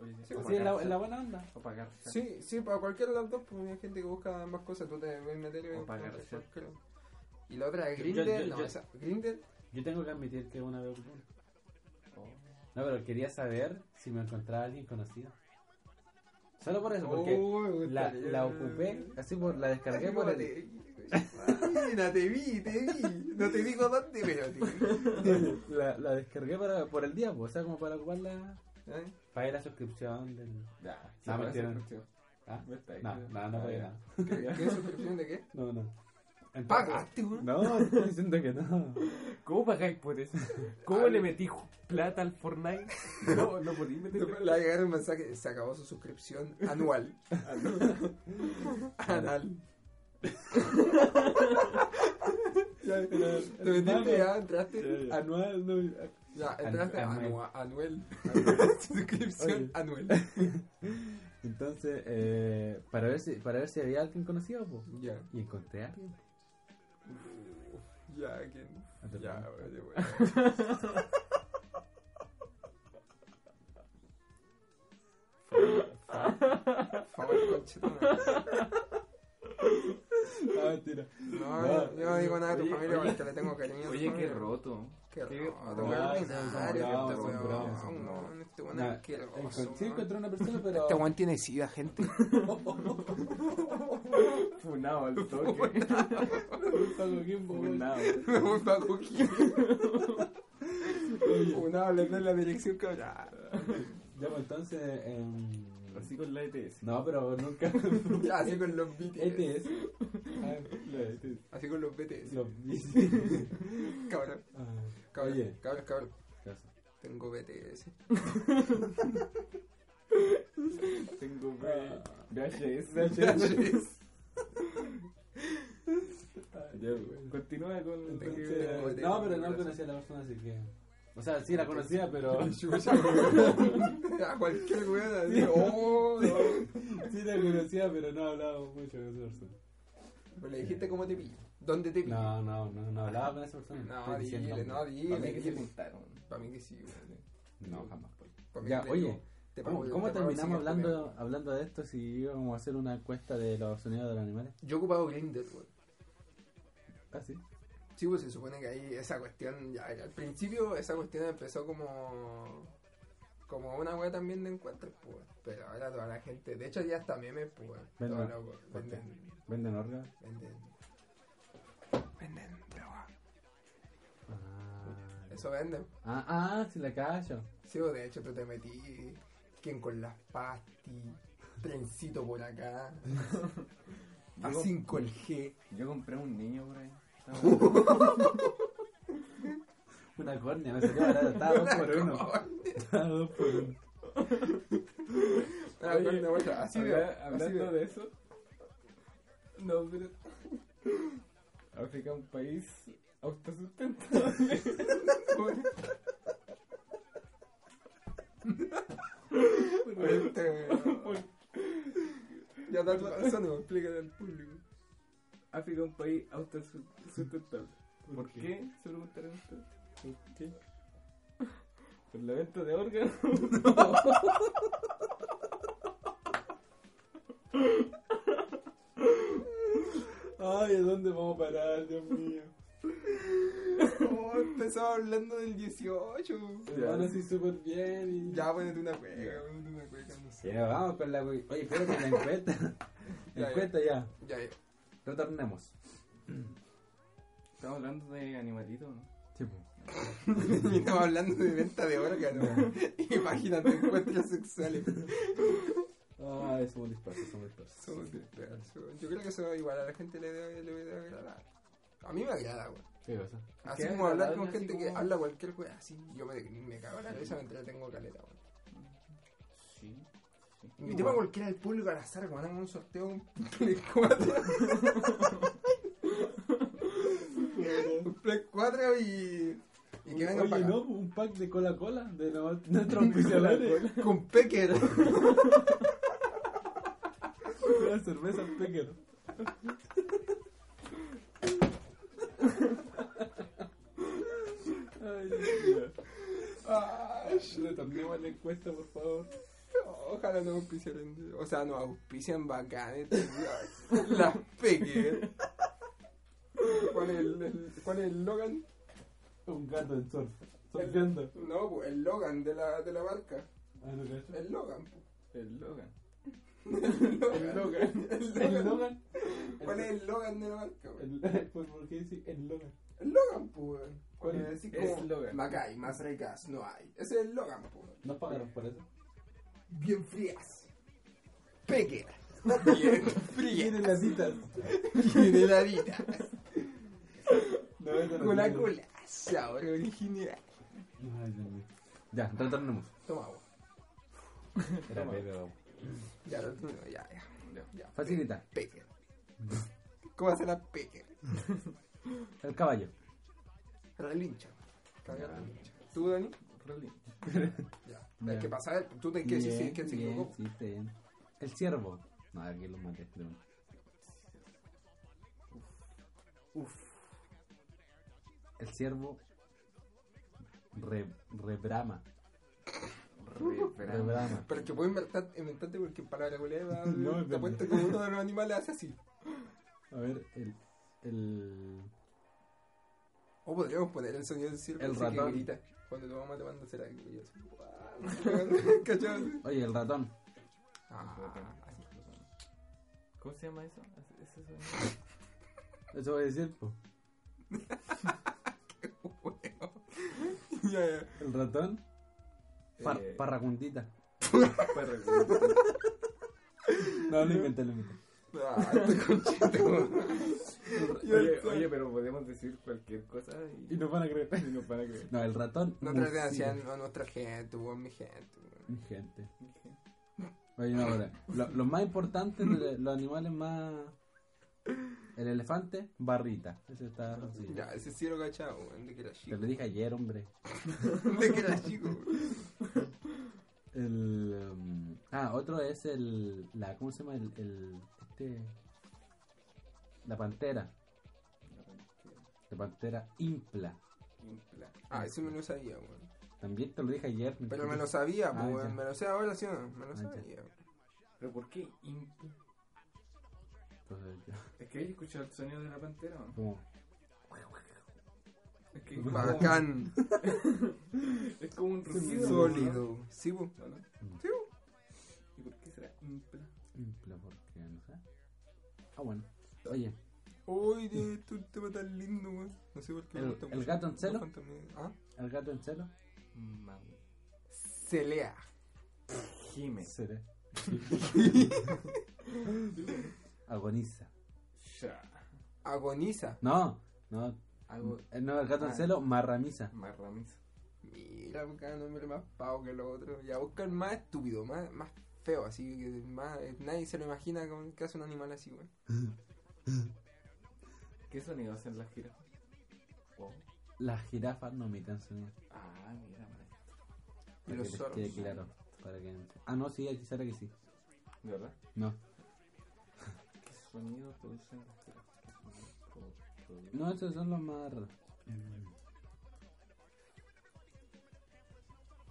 [SPEAKER 4] Oye,
[SPEAKER 5] Sí,
[SPEAKER 4] o
[SPEAKER 3] así es la,
[SPEAKER 4] pagarse-
[SPEAKER 3] la buena onda.
[SPEAKER 4] O pagar.
[SPEAKER 5] Sí, sí, para cualquiera de las dos, porque hay gente que busca ambas cosas, tú te ves meter y
[SPEAKER 4] O
[SPEAKER 5] ves
[SPEAKER 4] pagar
[SPEAKER 5] cualquier-
[SPEAKER 4] chat.
[SPEAKER 5] cualquiera. Y la otra es
[SPEAKER 3] Yo-
[SPEAKER 5] Grindr,
[SPEAKER 3] yo-
[SPEAKER 5] no,
[SPEAKER 3] yo-
[SPEAKER 5] esa, Grindr,
[SPEAKER 3] Yo tengo que admitir que una vez.
[SPEAKER 4] Oh.
[SPEAKER 3] No, pero quería saber si me encontraba alguien conocido. Solo por eso, porque
[SPEAKER 5] Oh, me
[SPEAKER 3] la,
[SPEAKER 5] gustaría.
[SPEAKER 3] la ocupé, así por, la descargué por el.
[SPEAKER 5] Mira, te vi, te vi. No te digo dónde, pero te vi.
[SPEAKER 3] la, la descargué para, por el día, pues, o sea, como para ocuparla.
[SPEAKER 5] ¿Eh?
[SPEAKER 3] Pagué la suscripción del.
[SPEAKER 4] Ya, sí,
[SPEAKER 3] No,
[SPEAKER 4] para
[SPEAKER 3] mentira.
[SPEAKER 4] suscripción.
[SPEAKER 3] ¿Ah?
[SPEAKER 4] No está ahí.
[SPEAKER 3] No, no, no
[SPEAKER 4] Ah,
[SPEAKER 3] pagué
[SPEAKER 4] ya.
[SPEAKER 3] nada.
[SPEAKER 5] ¿Qué, qué suscripción de qué?
[SPEAKER 3] No, no. Entonces-
[SPEAKER 5] Pagaste, weón.
[SPEAKER 3] No, estoy diciendo que no.
[SPEAKER 4] ¿Cómo pagáis por eso? ¿Cómo le metí ju- plata al Fortnite? No, no podí meterle
[SPEAKER 5] Le va a llegar un mensaje, se acabó su suscripción anual. Anal. ya, te metiste ya, entraste.
[SPEAKER 3] Anual, no.
[SPEAKER 5] Ya, entraste
[SPEAKER 3] An-
[SPEAKER 5] anua- anual. Suscripción
[SPEAKER 3] Oye.
[SPEAKER 5] anual.
[SPEAKER 3] Entonces, eh, para, ver si, para ver si había alguien conocido, pues.
[SPEAKER 5] Ya,
[SPEAKER 3] Y encontré a alguien.
[SPEAKER 5] ya, ¿quién?
[SPEAKER 3] No te
[SPEAKER 5] Ya,
[SPEAKER 3] preocupes.
[SPEAKER 5] oye, bueno. Favor, conche tu madre.
[SPEAKER 3] Ah, mentira.
[SPEAKER 5] No,
[SPEAKER 3] No.
[SPEAKER 5] yo no digo nada de tu
[SPEAKER 4] Oye,
[SPEAKER 5] familia
[SPEAKER 4] oye.
[SPEAKER 5] porque le tengo cariño. a tu
[SPEAKER 4] Oye, qué
[SPEAKER 5] familia.
[SPEAKER 4] roto.
[SPEAKER 5] Qué
[SPEAKER 4] Qué
[SPEAKER 5] roto,
[SPEAKER 4] roto.
[SPEAKER 3] Ah,
[SPEAKER 5] weón, ordinario,
[SPEAKER 3] son
[SPEAKER 5] este
[SPEAKER 3] bravos,
[SPEAKER 5] weón,
[SPEAKER 3] son bravos, son
[SPEAKER 5] weón,
[SPEAKER 4] bravos.
[SPEAKER 5] Este weón
[SPEAKER 3] Nah,
[SPEAKER 5] asqueroso,
[SPEAKER 3] encon- Ah, eh, sí
[SPEAKER 5] weón.
[SPEAKER 3] encontré una persona, pero.
[SPEAKER 5] Este weón tiene sida, gente.
[SPEAKER 4] Funado al toque.
[SPEAKER 3] Paco Gimbo, weón.
[SPEAKER 4] Funado.
[SPEAKER 5] Me voy pa' Coquimbo. Una habla en la dirección que ya.
[SPEAKER 3] Ya, pues entonces. em,
[SPEAKER 4] Así con la E ETS.
[SPEAKER 3] No, pero nunca.
[SPEAKER 5] Ya,
[SPEAKER 3] Este,
[SPEAKER 5] así con los BTS.
[SPEAKER 3] ETS. Ah, la ETS.
[SPEAKER 5] Así con los BTS.
[SPEAKER 3] Los bicis.
[SPEAKER 5] Cabrón,
[SPEAKER 3] Ah,
[SPEAKER 5] cabrón,
[SPEAKER 3] Oye.
[SPEAKER 5] cabrón, cabrón.
[SPEAKER 3] ¿qué pasa?
[SPEAKER 5] Tengo BTS.
[SPEAKER 4] Tengo VHS.
[SPEAKER 3] Ah,
[SPEAKER 5] Gracias.
[SPEAKER 3] Ya, güey.
[SPEAKER 4] Continúa con lo
[SPEAKER 5] Tengo-
[SPEAKER 4] que-
[SPEAKER 5] tengo-
[SPEAKER 3] eh, No, pero no conocía a la persona, así que. O sea, sí la conocía, pero.
[SPEAKER 5] Chucha, weón. A cualquier weón. así, Oh, no.
[SPEAKER 3] Sí la conocía, pero no hablaba mucho con esa persona.
[SPEAKER 5] Pero le dijiste cómo te pillo. ¿Dónde te pillo?
[SPEAKER 3] No, no, no, no hablaba con esa persona.
[SPEAKER 5] No,
[SPEAKER 3] Estoy diciendo-
[SPEAKER 5] dile, no,
[SPEAKER 4] Para mí
[SPEAKER 5] dile.
[SPEAKER 4] que se
[SPEAKER 5] dile.
[SPEAKER 4] juntaron.
[SPEAKER 5] Para mí que sí, weón.
[SPEAKER 3] No, jamás.
[SPEAKER 5] Pa' mí
[SPEAKER 3] Ya,
[SPEAKER 5] que te
[SPEAKER 3] oye,
[SPEAKER 5] digo, te pago
[SPEAKER 3] ¿Cómo,
[SPEAKER 5] el-
[SPEAKER 3] cómo
[SPEAKER 5] te pago el
[SPEAKER 3] terminamos
[SPEAKER 5] siguiente
[SPEAKER 3] hablando,
[SPEAKER 5] mes.
[SPEAKER 3] hablando de esto si íbamos a hacer una encuesta de los sonidos de los animales?
[SPEAKER 5] Yo he ocupado Grindr, weón.
[SPEAKER 3] Ah, sí.
[SPEAKER 5] Sí, pues se supone que ahí esa cuestión, ya, ya, al principio esa cuestión empezó como como una wea también de encuentros, pues, weón. pero ahora toda la gente, de hecho ya hasta memes, pues, weón.
[SPEAKER 3] Venden-
[SPEAKER 5] Todo loco,
[SPEAKER 3] Venden,
[SPEAKER 5] venden,
[SPEAKER 3] venden órganos.
[SPEAKER 5] venden, venden droga.
[SPEAKER 3] Ah,
[SPEAKER 5] Eso venden.
[SPEAKER 3] ah, ah, sí la cacho.
[SPEAKER 5] Sí, pues, de hecho tú te metí, quien con las pastis, trencito por acá, a
[SPEAKER 4] Yo-
[SPEAKER 5] 5 el G.
[SPEAKER 4] Yo compré un niño por ahí.
[SPEAKER 3] Una córnea, me salió barata. Estaba dos por uno. Estaba dos por uno.
[SPEAKER 5] Ah,
[SPEAKER 4] Oye,
[SPEAKER 5] bueno, bueno, así
[SPEAKER 4] habla-
[SPEAKER 5] veo, así
[SPEAKER 4] hablando
[SPEAKER 5] veo.
[SPEAKER 4] de eso. No, pero. África es un país autosustentable.
[SPEAKER 5] Este, weón. Ya está pasando, explícale al público.
[SPEAKER 4] África es un país autosustentable. ¿Por qué? Se preguntarán ustedes. ¿Por qué? Por la venta de órganos.
[SPEAKER 3] Ay, ¿a dónde vamos a parar, Dios mío?
[SPEAKER 5] Oh, empezaba hablando del 18.
[SPEAKER 3] Lo van así súper bien. Y...
[SPEAKER 5] Ya, ponete una cueca, ponete una cueca, no sé.
[SPEAKER 3] Ya, vamos con la. Oye, espérate, la encuesta.
[SPEAKER 5] Ya, ya.
[SPEAKER 3] La encuesta ya.
[SPEAKER 5] Ya, ya.
[SPEAKER 3] Retornemos.
[SPEAKER 4] Estamos hablando de animalitos, ¿no?
[SPEAKER 3] Sí, po.
[SPEAKER 5] Y estaba hablando de venta de órganos. Imagínate encuentros sexuales.
[SPEAKER 3] Ay, somos dispersos, somos dispersos.
[SPEAKER 5] Somos despedazados. Yo creo que eso igual a la gente le debe, le debe agradar. A mí me agrada, güey.
[SPEAKER 3] ¿Qué cosa?
[SPEAKER 5] Así
[SPEAKER 4] Qué
[SPEAKER 5] como hablar
[SPEAKER 4] agradable,
[SPEAKER 5] con
[SPEAKER 4] así
[SPEAKER 5] gente que
[SPEAKER 4] como-
[SPEAKER 5] habla cualquier güey así. Yo me, me cago en la cabeza mientras tengo caleta, güey.
[SPEAKER 4] Sí.
[SPEAKER 5] Invitemos a cualquiera del público al azar, weón, hagamos un sorteo un Play 4. un Play 4 y. Y que vengan para
[SPEAKER 3] Oye,
[SPEAKER 5] acá.
[SPEAKER 3] ¿no? Un pack de cola-cola de no- nuestros auspiciadores.
[SPEAKER 5] Con Pecker.
[SPEAKER 3] Una cerveza Pecker. Ay, Dios mío.
[SPEAKER 5] Ay,
[SPEAKER 3] Retornemos a la encuesta, por favor.
[SPEAKER 5] Ojalá no auspiciaran. O sea, nos auspician bacanes. Las Pecker. ¿Cuál es el, el- cuál es el Logan?
[SPEAKER 3] Un gato en surf. Surfeando.
[SPEAKER 5] No, pues, el Logan de la, de la marca.
[SPEAKER 3] Ah, no, cacho.
[SPEAKER 5] El Logan. pues.
[SPEAKER 4] El Logan.
[SPEAKER 5] El
[SPEAKER 4] El
[SPEAKER 5] Logan.
[SPEAKER 4] Logan.
[SPEAKER 3] El Logan.
[SPEAKER 5] ¿Cuál es el Logan de la marca, güey?
[SPEAKER 3] El, pues, ¿Por qué dice el Logan?
[SPEAKER 5] El Logan, pues. weón.
[SPEAKER 3] ¿Cuál
[SPEAKER 5] Porque
[SPEAKER 3] es?
[SPEAKER 5] decís
[SPEAKER 4] Es
[SPEAKER 5] como,
[SPEAKER 4] Logan.
[SPEAKER 5] Macay, más ricas no hay. Ese es el Logan, pues. weón.
[SPEAKER 3] ¿Nos pagaron por eso?
[SPEAKER 5] Bien frías. Pequeñas.
[SPEAKER 3] Tienen
[SPEAKER 5] Bien frías.
[SPEAKER 3] las citas.
[SPEAKER 5] Bien heladitas.
[SPEAKER 3] No, eso no
[SPEAKER 5] Con la
[SPEAKER 3] entiendo.
[SPEAKER 5] cola. Sabor original.
[SPEAKER 3] Ay, Dios mío. Ya, retornemos.
[SPEAKER 5] Toma agua.
[SPEAKER 3] Era
[SPEAKER 4] Toma.
[SPEAKER 3] bebé, babo.
[SPEAKER 5] Ya, lo tengo, ya, ya. ya.
[SPEAKER 3] Facilita.
[SPEAKER 5] Pequeña. ¿Cómo hace la pequeña?
[SPEAKER 3] El caballo.
[SPEAKER 5] Relincha. Cagar relincha. ¿Tú, Dani?
[SPEAKER 4] Rolling.
[SPEAKER 5] Ya.
[SPEAKER 3] Ya.
[SPEAKER 5] Es que pasa él. Tú tenés que decir si es que él se
[SPEAKER 3] Bien,
[SPEAKER 5] equivocó.
[SPEAKER 3] bien, sí, bien. El ciervo. No, aquí lo maté. de una. El ciervo. Re, rebrama. Rebrama.
[SPEAKER 5] Pero que puedo inventar, inventarte porque en palabra culera
[SPEAKER 3] No, es
[SPEAKER 5] te
[SPEAKER 3] verdad.
[SPEAKER 5] apuesto como uno de los animales hace así.
[SPEAKER 3] A ver, el. El.
[SPEAKER 5] O podríamos poner el sonido del ciervo
[SPEAKER 3] El
[SPEAKER 5] ese que
[SPEAKER 3] ratón.
[SPEAKER 5] grita cuando tu mamá te manda a hacer algo y así. ¿Cachai?
[SPEAKER 3] Oye, el ratón.
[SPEAKER 5] Ah,
[SPEAKER 4] ¿Cómo se llama eso? Ese sonido.
[SPEAKER 3] Eso voy a decir, po.
[SPEAKER 5] ya, ya.
[SPEAKER 3] El ratón. Par-
[SPEAKER 4] Eh.
[SPEAKER 3] Parracundita.
[SPEAKER 4] Perro.
[SPEAKER 3] No, lo inventé, lo inventé.
[SPEAKER 5] Ah, este conchito.
[SPEAKER 4] Oye, oye, pero podemos decir cualquier cosa y,
[SPEAKER 3] Y no van a creer.
[SPEAKER 4] y nos van a creer.
[SPEAKER 3] No, el ratón.
[SPEAKER 5] No traten así
[SPEAKER 3] murciélago.
[SPEAKER 5] a a nuestra gente, weón, mi gente. weón.
[SPEAKER 3] Mi gente. Oye, no, ahora, lo, lo más importante de los animales más, El elefante, barrita. Ese está sencillo.
[SPEAKER 5] Ya, ese sí lo cachado, weón, de que era
[SPEAKER 3] Te
[SPEAKER 5] chico.
[SPEAKER 3] lo dije ayer, hombre.
[SPEAKER 5] de que era chico, weón.
[SPEAKER 3] El, em, ah, otro es el. La, ¿Cómo se llama? El, el- este, la pantera. La pantera impla.
[SPEAKER 5] Impla. Ah, ese me lo sabía, weón.
[SPEAKER 3] También te lo dije ayer.
[SPEAKER 5] Pero me lo sabía,
[SPEAKER 3] Ah,
[SPEAKER 5] pues,
[SPEAKER 3] ya.
[SPEAKER 5] weón. Me lo sé ahora, sí o no. Me lo
[SPEAKER 3] Ah, ya.
[SPEAKER 5] sabía, weón.
[SPEAKER 4] ¿Pero por qué impla?
[SPEAKER 3] Entonces, yo,
[SPEAKER 4] ¿Es que hay escuchado el sonido de la pantera? o no?
[SPEAKER 3] pues, como,
[SPEAKER 4] Es que es como-
[SPEAKER 5] Bacán.
[SPEAKER 4] Es como un rugido. ¿no?
[SPEAKER 5] Sólido. Sí, pues.
[SPEAKER 4] ¿O no?
[SPEAKER 5] Sí, po.
[SPEAKER 4] ¿Y por qué será impla?
[SPEAKER 3] impla, porque no sé. Ah, bueno. Oye,
[SPEAKER 5] Uy, de- tú te tema tan lindo, weón. No sé por qué
[SPEAKER 3] El-
[SPEAKER 5] me gusta
[SPEAKER 3] el
[SPEAKER 5] mucho.
[SPEAKER 3] gato en celo.
[SPEAKER 5] Los fantasmas- ¿Ah?
[SPEAKER 3] al gato en celo.
[SPEAKER 5] Celea.
[SPEAKER 4] Jime.
[SPEAKER 3] Seré. Agoniza.
[SPEAKER 4] Ya.
[SPEAKER 5] Agoniza.
[SPEAKER 3] No, no.
[SPEAKER 4] Algo
[SPEAKER 3] eh, No, el gato en
[SPEAKER 4] Ah.
[SPEAKER 3] celo, marramiza.
[SPEAKER 4] marramizo.
[SPEAKER 5] Mira, busca un nombre más pavo que los otros. Ya busca el más estúpido, más, más feo, así que más, eh, nadie se lo imagina como que hace un animal así, weón.
[SPEAKER 4] ¿Qué sonido hacen las jirafas? Oh.
[SPEAKER 3] Las jirafas no emiten sonido.
[SPEAKER 4] Ah, mira, maestro.
[SPEAKER 5] Y
[SPEAKER 3] Para
[SPEAKER 5] los
[SPEAKER 3] que les
[SPEAKER 5] zorros.
[SPEAKER 3] quede claro, para que- Ah, no, sí, aquí sale que sí.
[SPEAKER 4] ¿De verdad?
[SPEAKER 3] No.
[SPEAKER 4] ¿Qué sonido producen las jirafas? ¿Qué sonido pro- producen?
[SPEAKER 3] No, esos son los más raros.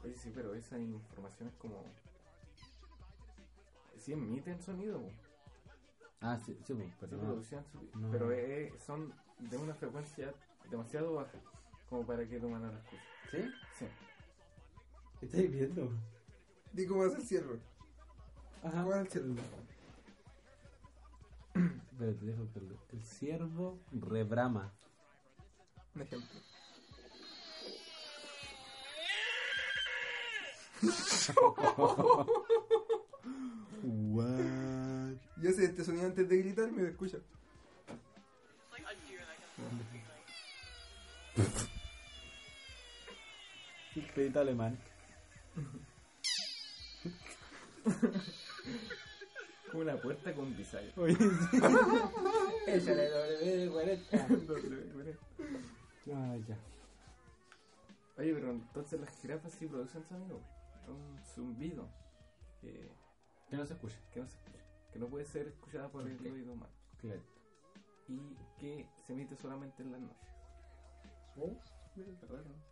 [SPEAKER 4] Oye, sí, pero esa información es como. Sí, emiten sonido, po.
[SPEAKER 3] Ah, sí, sí, pues,
[SPEAKER 4] Sí,
[SPEAKER 3] pero no.
[SPEAKER 4] producían su-
[SPEAKER 3] No.
[SPEAKER 4] pero eh, eh, son de una frecuencia demasiado baja como para que el humano la escuche.
[SPEAKER 3] ¿Sí?
[SPEAKER 4] Sí.
[SPEAKER 3] ¿Qué estáis viendo?
[SPEAKER 5] Di cómo hace el cierre.
[SPEAKER 3] Ajá. Ah.
[SPEAKER 5] ¿Cómo hace el cierre?
[SPEAKER 3] Pero te dejo que el, el ciervo rebrama.
[SPEAKER 5] Un ejemplo.
[SPEAKER 3] What?
[SPEAKER 5] Yo sé este sonido antes de gritar y me escucha.
[SPEAKER 3] El crédito alemán.
[SPEAKER 4] Como una puerta con bisagras.
[SPEAKER 3] Oye, sí.
[SPEAKER 5] Échale doble
[SPEAKER 3] Ah, ya.
[SPEAKER 4] Oye, pero entonces las jirafas sí producen sonido. Un zumbido que,
[SPEAKER 3] Que no se escucha.
[SPEAKER 4] que no se escucha, que no puede ser escuchada por el oído humano
[SPEAKER 3] Claro.
[SPEAKER 4] y que se emite solamente en las noches.
[SPEAKER 3] Oh,
[SPEAKER 4] Raro, ¿no?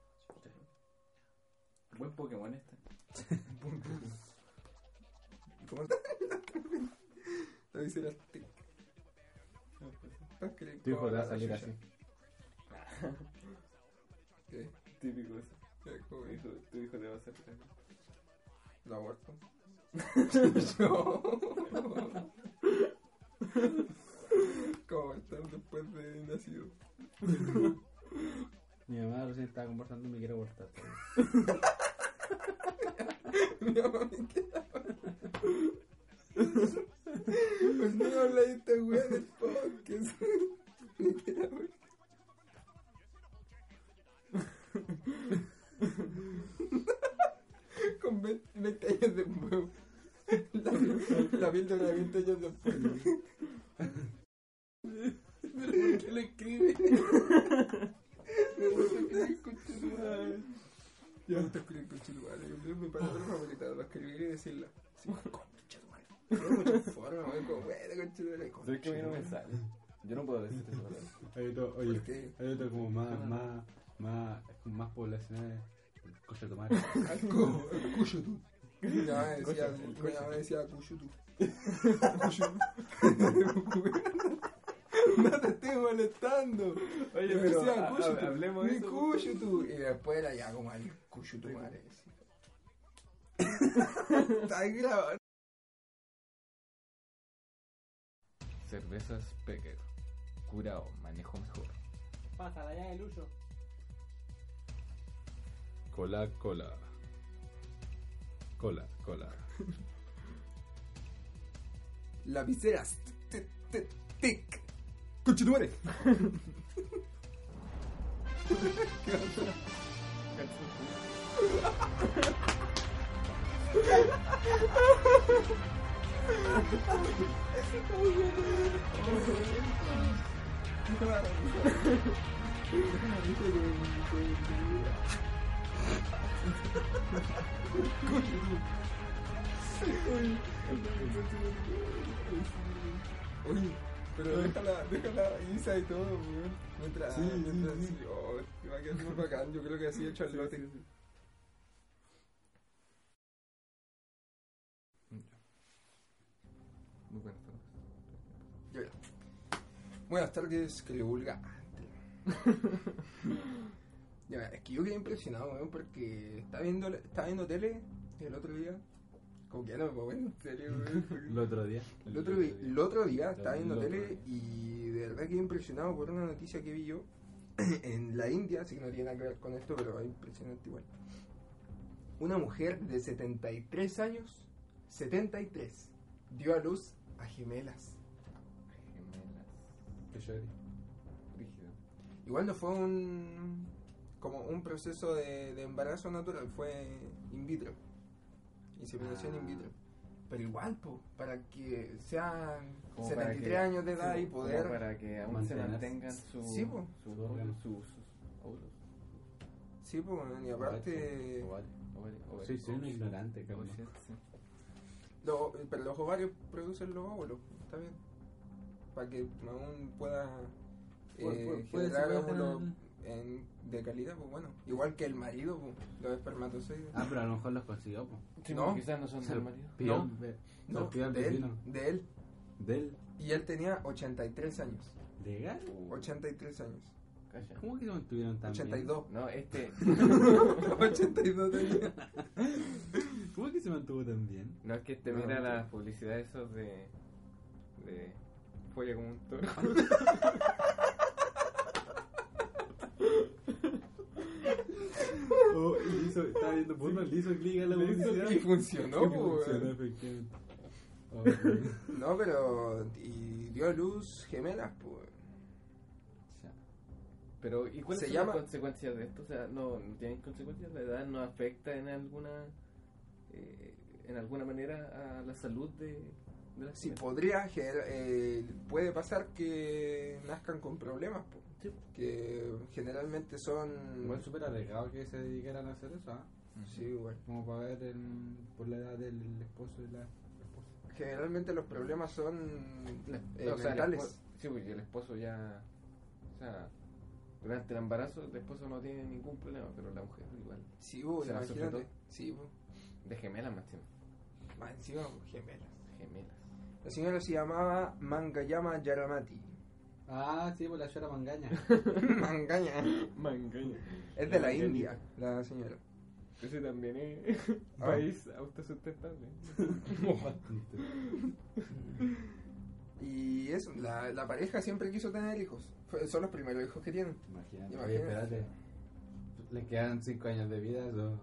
[SPEAKER 4] Buen Pokémon este. Buen Pokémon.
[SPEAKER 5] ¿Cómo Lo dice la tic. Ah, que le-
[SPEAKER 3] Tu hijo te va a
[SPEAKER 5] la
[SPEAKER 3] salir
[SPEAKER 5] chucha.
[SPEAKER 3] así.
[SPEAKER 5] ¿Qué?
[SPEAKER 4] Típico eso.
[SPEAKER 5] ¿Qué? ¿Cómo
[SPEAKER 4] Tu
[SPEAKER 5] dijo?
[SPEAKER 4] hijo, tu hijo te va a hacer
[SPEAKER 5] ¿Lo aborto? Yo. ¿Cómo están después de nacido?
[SPEAKER 3] Mi mamá recién estaba conversando y me quiere abortar.
[SPEAKER 5] Mi mamá me queda. Pues no habla de esta wea del podcast. Me queda, wea. Con 20, 20 años después. La, la piel de la 20 años después. ¿Pero por qué lo escribe? Yo no te escribí con chilubales. Yo mi palabra favorita para escribir y decirla. Sí, con chilubales. De muchas formas, güey, como, güey, de con chilubales. con
[SPEAKER 4] que a mí no me sale. Yo no puedo decir eso.
[SPEAKER 3] Hay otro, oye,
[SPEAKER 5] ¿Por qué?
[SPEAKER 3] hay otro como más, más, más, es como más poblacional. Coche de tomar.
[SPEAKER 5] Algo, el Cuyutú. Mi mamá me decía, mi mamá me decía Cuyutú. Cuyutú. No te estoy molestando.
[SPEAKER 4] Oye,
[SPEAKER 5] Me
[SPEAKER 4] pero
[SPEAKER 5] decía
[SPEAKER 4] ha- ha-
[SPEAKER 5] Cuyutú.
[SPEAKER 4] hablemos de
[SPEAKER 5] Mi
[SPEAKER 4] eso.
[SPEAKER 5] Cuyutú. Y después era ya como el Cuyutú madre. sí. Está grabado.
[SPEAKER 4] Cervezas Pecker. Curao, manejo mejor.
[SPEAKER 8] Pásala ya el uso.
[SPEAKER 3] Cola, cola. Cola, cola.
[SPEAKER 5] Lapiceras. Tic, tic, Tic. Cuyutú madre. Oye, pero déjala, déjala Isa y todo, weón. Mientras, mientras, sí, oh, te va a quedar súper bacán. Yo creo que así el Charlotte.
[SPEAKER 4] Muy buenas tardes.
[SPEAKER 5] Yo ya. Buenas tardes, que le vulgante. ya, es que yo quedé impresionado, weón, porque estaba viendo, estaba viendo tele el otro día. Como que ya no me puedo ver tele, weón. porque-
[SPEAKER 3] El otro día.
[SPEAKER 5] El otro, vi- el otro día estaba viendo
[SPEAKER 4] El otro
[SPEAKER 5] tele
[SPEAKER 4] día.
[SPEAKER 5] y de verdad quedé impresionado por una noticia que vi yo en la India, así que no tiene nada que ver con esto, pero es impresionante igual. Una mujer de 73 años, 73, dio a luz a gemelas.
[SPEAKER 4] Gemelas.
[SPEAKER 5] Que yo digo.
[SPEAKER 4] Rígido.
[SPEAKER 5] Igual no fue un como un proceso de, de embarazo natural, fue in vitro. Inseminación
[SPEAKER 4] Ah.
[SPEAKER 5] in vitro. Pero igual, po, para que sean
[SPEAKER 4] Como para
[SPEAKER 5] 73
[SPEAKER 4] que-
[SPEAKER 5] años de edad
[SPEAKER 4] sí,
[SPEAKER 5] y
[SPEAKER 4] como
[SPEAKER 5] poder
[SPEAKER 4] Para que aún se
[SPEAKER 3] mantenerse.
[SPEAKER 4] mantengan su,
[SPEAKER 5] Sí, po.
[SPEAKER 4] sus
[SPEAKER 3] Su órgano.
[SPEAKER 4] órganos, sus sus óvulos.
[SPEAKER 5] Sí, pues, y aparte,
[SPEAKER 3] Ovario.
[SPEAKER 4] Ovari- ovari-
[SPEAKER 3] Sí, soy un
[SPEAKER 4] ovarios.
[SPEAKER 3] ignorante, cabrón.
[SPEAKER 4] Oh, shit, sí.
[SPEAKER 5] lo- pero los ovarios producen los óvulos, está bien. Para que aún pueda eh,
[SPEAKER 4] Pu- pu- puede
[SPEAKER 5] generar
[SPEAKER 4] ser,
[SPEAKER 5] óvulos
[SPEAKER 4] puede
[SPEAKER 5] en- de calidad, pues bueno. Igual que el marido, pues, los espermatozoides.
[SPEAKER 3] Ah, pero a lo mejor los consiguió, po.
[SPEAKER 4] Sí,
[SPEAKER 5] No.
[SPEAKER 4] porque quizás no son
[SPEAKER 3] Se
[SPEAKER 4] del
[SPEAKER 3] los
[SPEAKER 4] marido.
[SPEAKER 3] pidió,
[SPEAKER 5] No.
[SPEAKER 3] ve- se
[SPEAKER 5] no,
[SPEAKER 3] los pidió al
[SPEAKER 5] de
[SPEAKER 3] vecino.
[SPEAKER 5] él, de él.
[SPEAKER 3] ¿Del?
[SPEAKER 5] Y él tenía 83 años.
[SPEAKER 3] ¿Legal?
[SPEAKER 4] Uh,
[SPEAKER 5] 83 años.
[SPEAKER 4] calla.
[SPEAKER 3] ¿Cómo que se mantuvieron tan
[SPEAKER 5] 82.
[SPEAKER 4] No, este.
[SPEAKER 5] 82 tenía.
[SPEAKER 3] bien? ¿Cómo que se mantuvo tan bien?
[SPEAKER 4] No, es que este
[SPEAKER 5] No,
[SPEAKER 4] mira
[SPEAKER 5] no.
[SPEAKER 4] las publicidades esos de. de. Folla como un toro.
[SPEAKER 3] Oh, y hizo, estaba viendo porno, le hizo clic a la publicidad.
[SPEAKER 5] Y funcionó,
[SPEAKER 3] Y
[SPEAKER 5] pues,
[SPEAKER 3] funcionó,
[SPEAKER 5] weón.
[SPEAKER 3] efectivamente. Oh, weón.
[SPEAKER 5] No, pero. Y dio a luz gemelas, pues.
[SPEAKER 3] Ya.
[SPEAKER 4] Pero, ¿y cuáles
[SPEAKER 5] Se
[SPEAKER 4] son
[SPEAKER 5] llama-
[SPEAKER 4] las consecuencias de esto? O sea, ¿no, no tienen consecuencias? ¿La edad no afecta en alguna. eh, en alguna manera a la salud de, de las
[SPEAKER 5] Sí,
[SPEAKER 4] personas?
[SPEAKER 5] podría, gener- eh, puede pasar que nazcan con problemas, po.
[SPEAKER 4] Sí.
[SPEAKER 5] que generalmente
[SPEAKER 3] Igual
[SPEAKER 5] son...
[SPEAKER 3] súper arriesgado que se dedicaran a hacer eso, ¿ah?
[SPEAKER 5] Sí, igual.
[SPEAKER 3] Como para ver el- por la edad del esposo y la esposa.
[SPEAKER 5] Generalmente los problemas son
[SPEAKER 4] La-
[SPEAKER 5] eh,
[SPEAKER 4] o sea, el
[SPEAKER 5] mentales.
[SPEAKER 4] esposo- sí, pues, y el esposo ya. O sea, durante el embarazo el esposo no tiene ningún problema, pero la mujer igual.
[SPEAKER 5] Sí, po,
[SPEAKER 4] O sea, sobre
[SPEAKER 5] imagínate.
[SPEAKER 4] todo.
[SPEAKER 5] Sí, po.
[SPEAKER 4] De gemelas más tiene.
[SPEAKER 5] Más encima, po, gemelas.
[SPEAKER 4] Gemelas.
[SPEAKER 5] La señora se llamaba Mangayama Yaramati.
[SPEAKER 3] Ah, sí, por la llora mangaña.
[SPEAKER 5] Mangaña.
[SPEAKER 4] Mangaña.
[SPEAKER 5] Es de la India, la señora.
[SPEAKER 4] Ese también es
[SPEAKER 5] Ah.
[SPEAKER 4] país autosustentable.
[SPEAKER 5] Y eso, la, la pareja siempre quiso tener hijos. Fue- Son los primeros hijos que tienen.
[SPEAKER 3] Imagínate.
[SPEAKER 5] Imagínate.
[SPEAKER 3] Oye, espérate. Le quedan 5 años de vida, eso.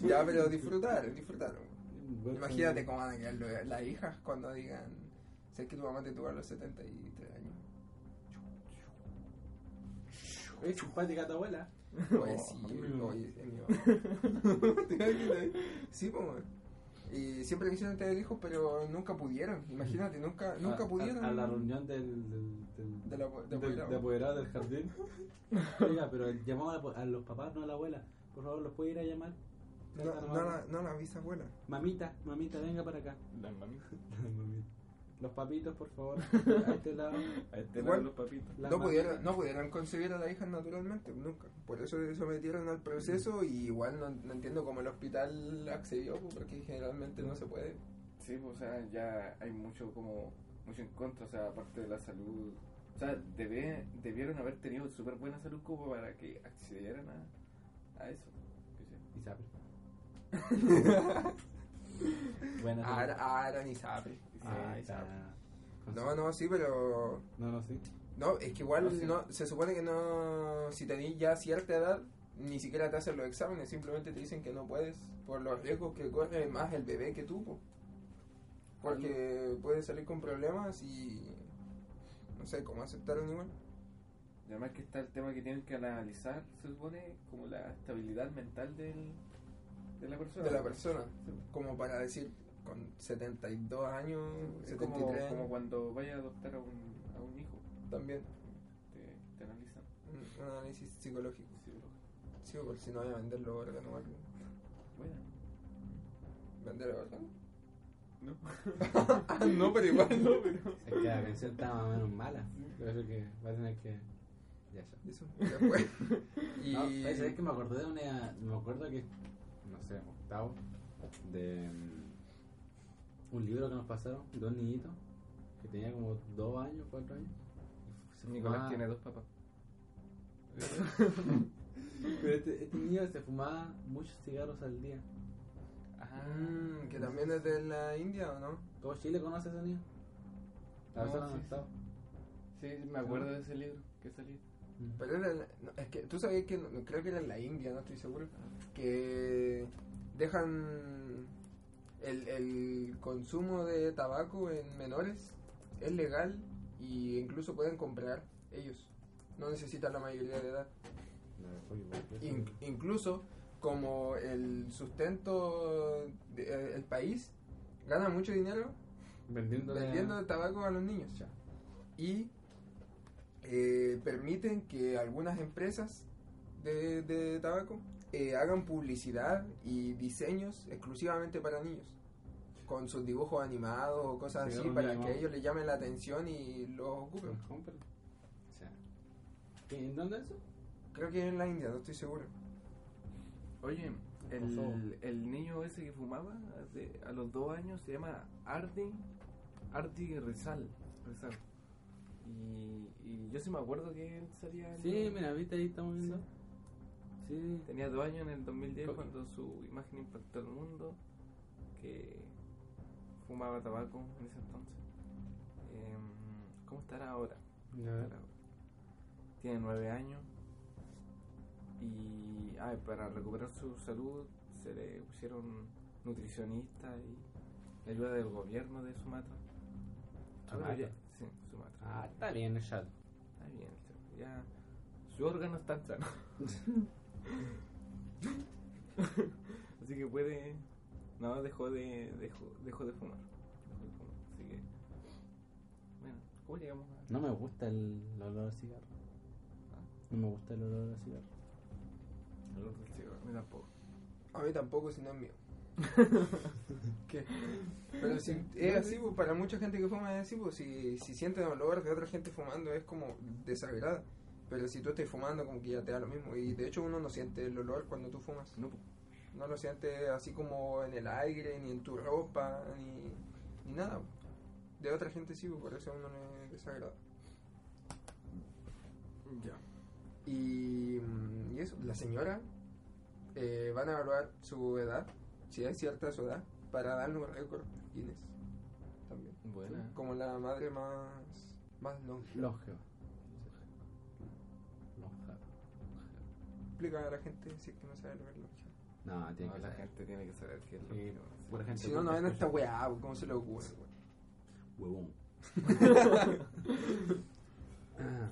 [SPEAKER 5] ya, pero disfrutar, disfrutar.
[SPEAKER 3] Bueno,
[SPEAKER 5] Imagínate cómo van a quedar lo- las hijas cuando digan, sé que tu mamá te tuvo a los 73 años.
[SPEAKER 3] Es simpática tu abuela.
[SPEAKER 5] Oye, sí, oye, es mi mamá. ¿Te imaginas? sí, pues. man. Y siempre quisieron tener hijos, pero nunca pudieron. Imagínate, nunca, nunca
[SPEAKER 3] A-
[SPEAKER 5] pudieron.
[SPEAKER 3] A, a la reunión del. del, del-
[SPEAKER 5] De la- de
[SPEAKER 3] del-
[SPEAKER 5] apoderado.
[SPEAKER 3] de apoderado del jardín. Oiga, pero llamamos a, la- a los papás, no a la abuela. Por favor, ¿los puede ir a llamar?
[SPEAKER 5] no, no, la- no la bisabuela.
[SPEAKER 3] Mamita, mamita, venga para acá.
[SPEAKER 4] Las mami.
[SPEAKER 3] Mamita. Los papitos, por favor, a este lado.
[SPEAKER 4] A este lado
[SPEAKER 5] Igual.
[SPEAKER 4] los papitos.
[SPEAKER 3] La
[SPEAKER 5] no
[SPEAKER 3] mamita.
[SPEAKER 5] pudieron, no pudieron concebir a la hija naturalmente, nunca. Por eso se sometieron al proceso y igual no, no entiendo cómo el hospital accedió, porque generalmente no se puede.
[SPEAKER 4] Sí, pues, o sea, ya hay mucho como. mucho en contra, o sea, aparte de la salud. O sea, debe- debieron haber tenido súper buena salud como para que accedieran a, a eso.
[SPEAKER 3] Y sabe. Buenas.
[SPEAKER 5] Ara- Aran y Sapri.
[SPEAKER 3] Ah,
[SPEAKER 4] Ay,
[SPEAKER 3] está.
[SPEAKER 5] No, no, sí, pero...
[SPEAKER 3] No, no, sí.
[SPEAKER 5] No, es que
[SPEAKER 4] No,
[SPEAKER 5] igual
[SPEAKER 4] sí.
[SPEAKER 5] no, se supone que no... Si tenés ya cierta edad, ni siquiera te hacen los exámenes, simplemente te dicen que no puedes por los riesgos que corre más el bebé que tú. po. Porque puede salir con problemas y... No sé, ¿cómo aceptaron igual?
[SPEAKER 4] Y además que está el tema que tienen que analizar, se supone, como la estabilidad mental del, de la persona.
[SPEAKER 5] de la persona. Como para decir, con 72 años,
[SPEAKER 4] pues, Es como,
[SPEAKER 5] 73
[SPEAKER 4] como
[SPEAKER 5] años,
[SPEAKER 4] cuando vayas a adoptar a un, a un hijo,
[SPEAKER 5] también
[SPEAKER 4] te, te analizan.
[SPEAKER 5] un un análisis psicológico.
[SPEAKER 4] Sí, lo-
[SPEAKER 5] Sí, porque si no voy a vender los órganos, ¿vale?
[SPEAKER 4] Bueno,
[SPEAKER 5] ¿Vender los órganos?
[SPEAKER 4] no.
[SPEAKER 5] Ah, no, pero igual no, pero...
[SPEAKER 3] Es que la canción está más o menos mala. Por eso que va a tener que. Ya está.
[SPEAKER 5] Eso, ya fue. Y...
[SPEAKER 3] No, pues, ¿sabes que me acordé de una. Me acuerdo que. No sé, octavo. De. mm, un libro que nos pasaron de un niñito. Que tenía como dos años, cuatro años. Ah, y se
[SPEAKER 4] Nicolás
[SPEAKER 3] fumaba-
[SPEAKER 4] tiene dos papás.
[SPEAKER 3] Pero este, este niño se fumaba muchos cigarros al día.
[SPEAKER 5] Mm, que también es de la India, ¿o no?
[SPEAKER 3] ¿Todo Chile conoce ese niño? A
[SPEAKER 4] No,
[SPEAKER 3] veces no,
[SPEAKER 4] sí,
[SPEAKER 3] han estado.
[SPEAKER 4] Sí, me acuerdo de ese libro que salió.
[SPEAKER 5] Pero era en la- no, es que tú sabías que no- no, creo que era en la India, no estoy seguro, que dejan el, el consumo de tabaco en menores es legal y incluso pueden comprar ellos. No necesitan la mayoría de edad. In- incluso como el sustento del país gana mucho dinero
[SPEAKER 3] Vendiendo. la-
[SPEAKER 5] vendiendo tabaco a los niños ya. Y eh, permiten que algunas empresas de, de tabaco eh, hagan publicidad y diseños exclusivamente para niños. Con sus dibujos animados o cosas así
[SPEAKER 3] Cigarros
[SPEAKER 5] para
[SPEAKER 3] animados.
[SPEAKER 5] que ellos les llamen la atención y los ocupen.
[SPEAKER 3] Cómpralo. O sea. ¿qué- ¿En dónde eso?
[SPEAKER 5] Creo que es en la India, no estoy seguro.
[SPEAKER 4] Oye,
[SPEAKER 3] Ojo.
[SPEAKER 4] el, el niño ese que fumaba hace- a los dos años se llama Ardi, Ardi Rizal. Rizal. Y, y yo sí me acuerdo que él salía. en-
[SPEAKER 3] Sí, mira, viste ahí estamos viendo. Sí.
[SPEAKER 4] Tenía dos años en el 2010
[SPEAKER 3] Co-
[SPEAKER 4] cuando su imagen impactó al mundo, que fumaba tabaco en ese entonces. Em, ¿Cómo estará ahora? Ahora. Tiene nueve años y ay, para recuperar su salud se le pusieron nutricionista y la ayuda del gobierno de Sumatra. Ahora
[SPEAKER 3] Sumatra.
[SPEAKER 4] ya- Sí, Sumatra.
[SPEAKER 3] Ah, está bien el chat.
[SPEAKER 4] Está bien, se- ya. Su órgano está sano. Así que puede. No, dejó de. Dejó, dejó de fumar. Dejó de fumar. Así que. Bueno, ¿cómo llegamos a.?
[SPEAKER 3] No me gusta el, el olor a cigarro. No me gusta el olor a cigarro.
[SPEAKER 4] al olor del cigarro? Mí tampoco.
[SPEAKER 5] A mí tampoco, si no es mío. ¿Qué? Pero si es así, pues, para mucha gente que fuma es así, pues si, si sienten olor de otra gente fumando es como desagrada. Pero si tú estás fumando, como que ya te da lo mismo. Y de hecho uno no siente el olor cuando tú fumas.
[SPEAKER 4] No, pues. po.
[SPEAKER 5] No lo sientes así como en el aire, ni en tu ropa, ni, ni nada. De otra gente sí, pues, por eso a uno le desagrada.
[SPEAKER 4] Ya.
[SPEAKER 5] Y, mm, y eso, la señora eh, van a evaluar su edad, si es cierta su edad, para darle un récord Guinness. También.
[SPEAKER 4] Buena.
[SPEAKER 5] Como la madre más, más longa.
[SPEAKER 3] Lógico. Lógico.
[SPEAKER 5] Explica a la gente si es que no sabe lo que es lonja.
[SPEAKER 3] No, tiene
[SPEAKER 4] No,
[SPEAKER 3] que
[SPEAKER 4] la
[SPEAKER 3] ser.
[SPEAKER 4] gente tiene que saber qué es lo
[SPEAKER 3] Sí,
[SPEAKER 4] que hace.
[SPEAKER 3] por ejemplo.
[SPEAKER 5] Si no, no ven esta weá, ¿cómo se le ocurre?
[SPEAKER 3] Huevón. Ah.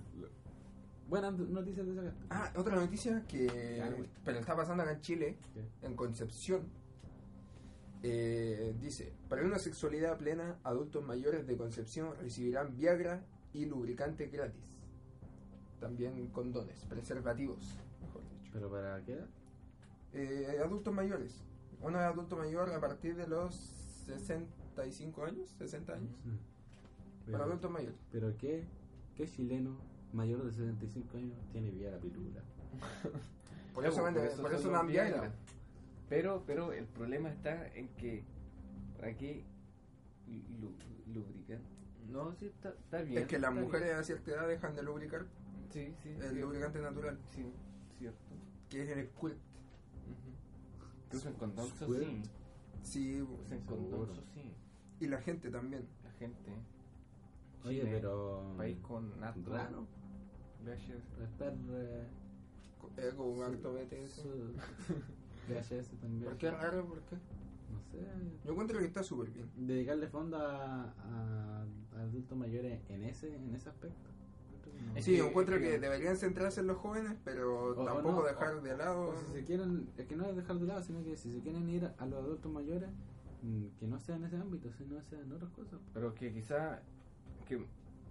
[SPEAKER 3] Buenas noticias de esa carta.
[SPEAKER 5] Ah, otra noticia que.
[SPEAKER 3] Ya, güey.
[SPEAKER 5] Pero está pasando acá en Chile,
[SPEAKER 3] ¿Qué?
[SPEAKER 5] en Concepción. Eh, dice: Para una sexualidad plena, adultos mayores de Concepción recibirán Viagra y lubricante gratis. También condones, preservativos, mejor dicho.
[SPEAKER 3] ¿Pero para qué edad?
[SPEAKER 5] Eh, adultos mayores. Uno es adulto mayor a partir de los 65 años, 60 años. Para adultos mayores.
[SPEAKER 3] ¿Pero qué, qué chileno mayor de 65 años tiene vía la pirula?
[SPEAKER 5] Por
[SPEAKER 4] Ya,
[SPEAKER 5] eso,
[SPEAKER 4] pues,
[SPEAKER 5] venden- por
[SPEAKER 4] son
[SPEAKER 5] eso
[SPEAKER 4] los
[SPEAKER 5] dan Viagra.
[SPEAKER 4] Viagra. Pero, pero el problema está en que aquí lu- lubrican. No, sí, está, está bien.
[SPEAKER 5] Es que las
[SPEAKER 4] está bien.
[SPEAKER 5] mujeres a cierta edad dejan de lubricar
[SPEAKER 4] Sí, sí.
[SPEAKER 5] el
[SPEAKER 4] sí,
[SPEAKER 5] lubricante natural,
[SPEAKER 4] Sí, cierto.
[SPEAKER 5] que es el Squirt.
[SPEAKER 4] Que usan condón, eso
[SPEAKER 3] Squirt.
[SPEAKER 4] sí.
[SPEAKER 5] Sí,
[SPEAKER 4] Usan
[SPEAKER 3] Seguro.
[SPEAKER 4] condón, eso sí.
[SPEAKER 5] y la gente también.
[SPEAKER 4] La gente.
[SPEAKER 3] Oye,
[SPEAKER 4] Chile,
[SPEAKER 3] pero.
[SPEAKER 4] País con harto-
[SPEAKER 3] Raro.
[SPEAKER 4] VHS.
[SPEAKER 3] Estar. Eh,
[SPEAKER 5] Co- eh, como harto BTS.
[SPEAKER 3] su- VHS también.
[SPEAKER 5] ¿Por qué raro? ¿Por qué?
[SPEAKER 3] No sé.
[SPEAKER 5] Yo encuentro que está súper bien.
[SPEAKER 3] Dedicarle fondo a, a- a adultos mayores en ese en ese aspecto. Creo
[SPEAKER 4] Es
[SPEAKER 5] Sí,
[SPEAKER 4] que-
[SPEAKER 5] yo encuentro
[SPEAKER 4] es
[SPEAKER 5] que deberían centrarse en los jóvenes, pero
[SPEAKER 3] O- o
[SPEAKER 5] tampoco
[SPEAKER 3] no,
[SPEAKER 5] dejar
[SPEAKER 3] o-
[SPEAKER 5] de lado.
[SPEAKER 3] O si se quieren, es que no es dejar de lado, sino que si se quieren ir a los adultos mayores, mm, que no sea en ese ámbito, sino sea en otras cosas.
[SPEAKER 4] Pero que quizá, que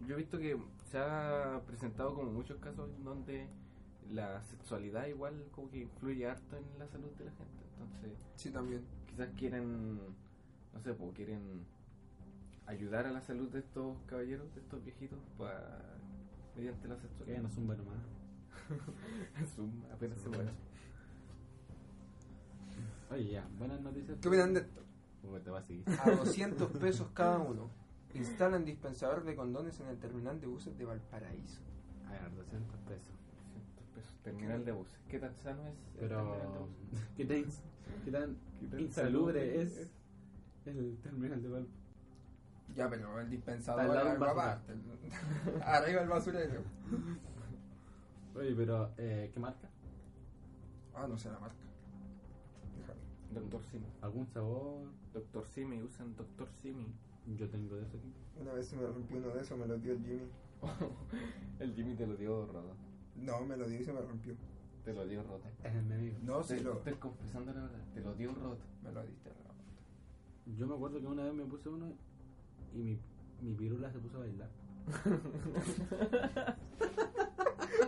[SPEAKER 4] yo he visto que se ha presentado como muchos casos en donde la sexualidad igual como que influye harto en la salud de la gente. Entonces,
[SPEAKER 5] Sí, también.
[SPEAKER 4] quizás quieren, no sé, pues quieren ayudar a la salud de estos caballeros, de estos viejitos, para mediante la
[SPEAKER 3] Que
[SPEAKER 4] sexualidad.
[SPEAKER 3] no zumba nomás.
[SPEAKER 4] Zoom, apenas se mueve.
[SPEAKER 3] Oye, ya, buenas noticias.
[SPEAKER 5] ¿Qué opinan de esto?
[SPEAKER 3] Uy, te va a seguir.
[SPEAKER 5] A 200 pesos cada uno. Instalan dispensador de condones en el terminal de buses de Valparaíso.
[SPEAKER 3] A ver, pues, 200 pesos.
[SPEAKER 4] 200 pesos. Terminal de buses. ¿Qué tan sano es el terminal de
[SPEAKER 3] Pero,
[SPEAKER 4] buses?
[SPEAKER 3] ¿qué tan, qué tan
[SPEAKER 4] ¿Qué tan
[SPEAKER 3] insalubre
[SPEAKER 4] salubre
[SPEAKER 3] es el terminal de Valpo?
[SPEAKER 5] Ya, pero el
[SPEAKER 3] Al
[SPEAKER 5] dispensador
[SPEAKER 3] lado
[SPEAKER 5] es
[SPEAKER 3] de un
[SPEAKER 5] algo
[SPEAKER 3] basurero.
[SPEAKER 5] aparte. Arriba el basurero.
[SPEAKER 3] Oye, pero, eh, ¿qué marca?
[SPEAKER 5] Ah, no sé la marca. Déjalo.
[SPEAKER 4] Doctor Simi.
[SPEAKER 3] ¿Algún sabor?
[SPEAKER 4] Doctor Simi, usan Doctor Simi.
[SPEAKER 3] Yo tengo de eso aquí.
[SPEAKER 5] Una vez me rompí uno de esos, me lo dio el Jimmy.
[SPEAKER 4] el Jimmy te lo dio roto.
[SPEAKER 5] No, me lo dio y se me rompió.
[SPEAKER 4] Te lo dio roto.
[SPEAKER 3] Es mi amigo.
[SPEAKER 5] No, sí,
[SPEAKER 4] Te
[SPEAKER 5] lo,
[SPEAKER 4] estoy confesando la verdad. Te lo dio roto.
[SPEAKER 5] me lo diste. no.
[SPEAKER 3] Yo me acuerdo que una vez me puse uno y mi, mi pirula se puso a bailar.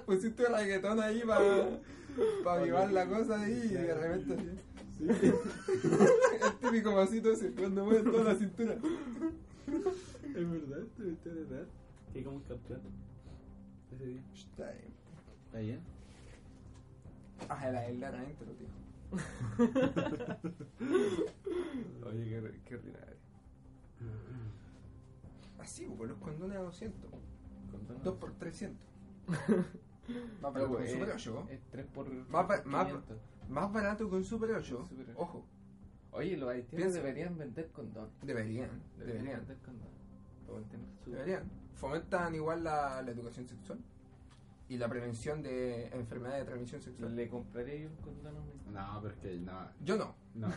[SPEAKER 5] Pusiste reggaetón ahí para pa avivar la cosa ahí y de repente así. el típico vasito ese, cuando mueve toda la cintura.
[SPEAKER 3] ¿Es verdad? ¿Tuviste verdad? Que como capturar ese día.
[SPEAKER 5] Está bien.
[SPEAKER 3] ¿Está bien?
[SPEAKER 5] Ah, la del Lara adentro, tío.
[SPEAKER 4] Oye, qué, qué ordinario.
[SPEAKER 5] Así, pues los condones a 200.
[SPEAKER 4] Condones.
[SPEAKER 5] 2 por 300. Más
[SPEAKER 4] Pero,
[SPEAKER 5] barato que
[SPEAKER 4] pues,
[SPEAKER 5] un Super
[SPEAKER 4] es-
[SPEAKER 5] 8.
[SPEAKER 4] Es 3 por.
[SPEAKER 5] Más ba-
[SPEAKER 4] por
[SPEAKER 5] más-
[SPEAKER 4] 500.
[SPEAKER 5] Más barato que un Super 8.
[SPEAKER 4] Super 8.
[SPEAKER 5] Ojo,
[SPEAKER 4] Oye, los haitianos
[SPEAKER 5] Piensa.
[SPEAKER 4] deberían vender condón.
[SPEAKER 5] deberían, deberían,
[SPEAKER 4] vender condón. Para tener su-
[SPEAKER 5] deberían. Fomentan igual la, la educación sexual y la prevención de enfermedades de transmisión sexual.
[SPEAKER 4] Le compraré yo un condón a mi-
[SPEAKER 3] No, pero es que no.
[SPEAKER 5] Yo no.
[SPEAKER 3] No.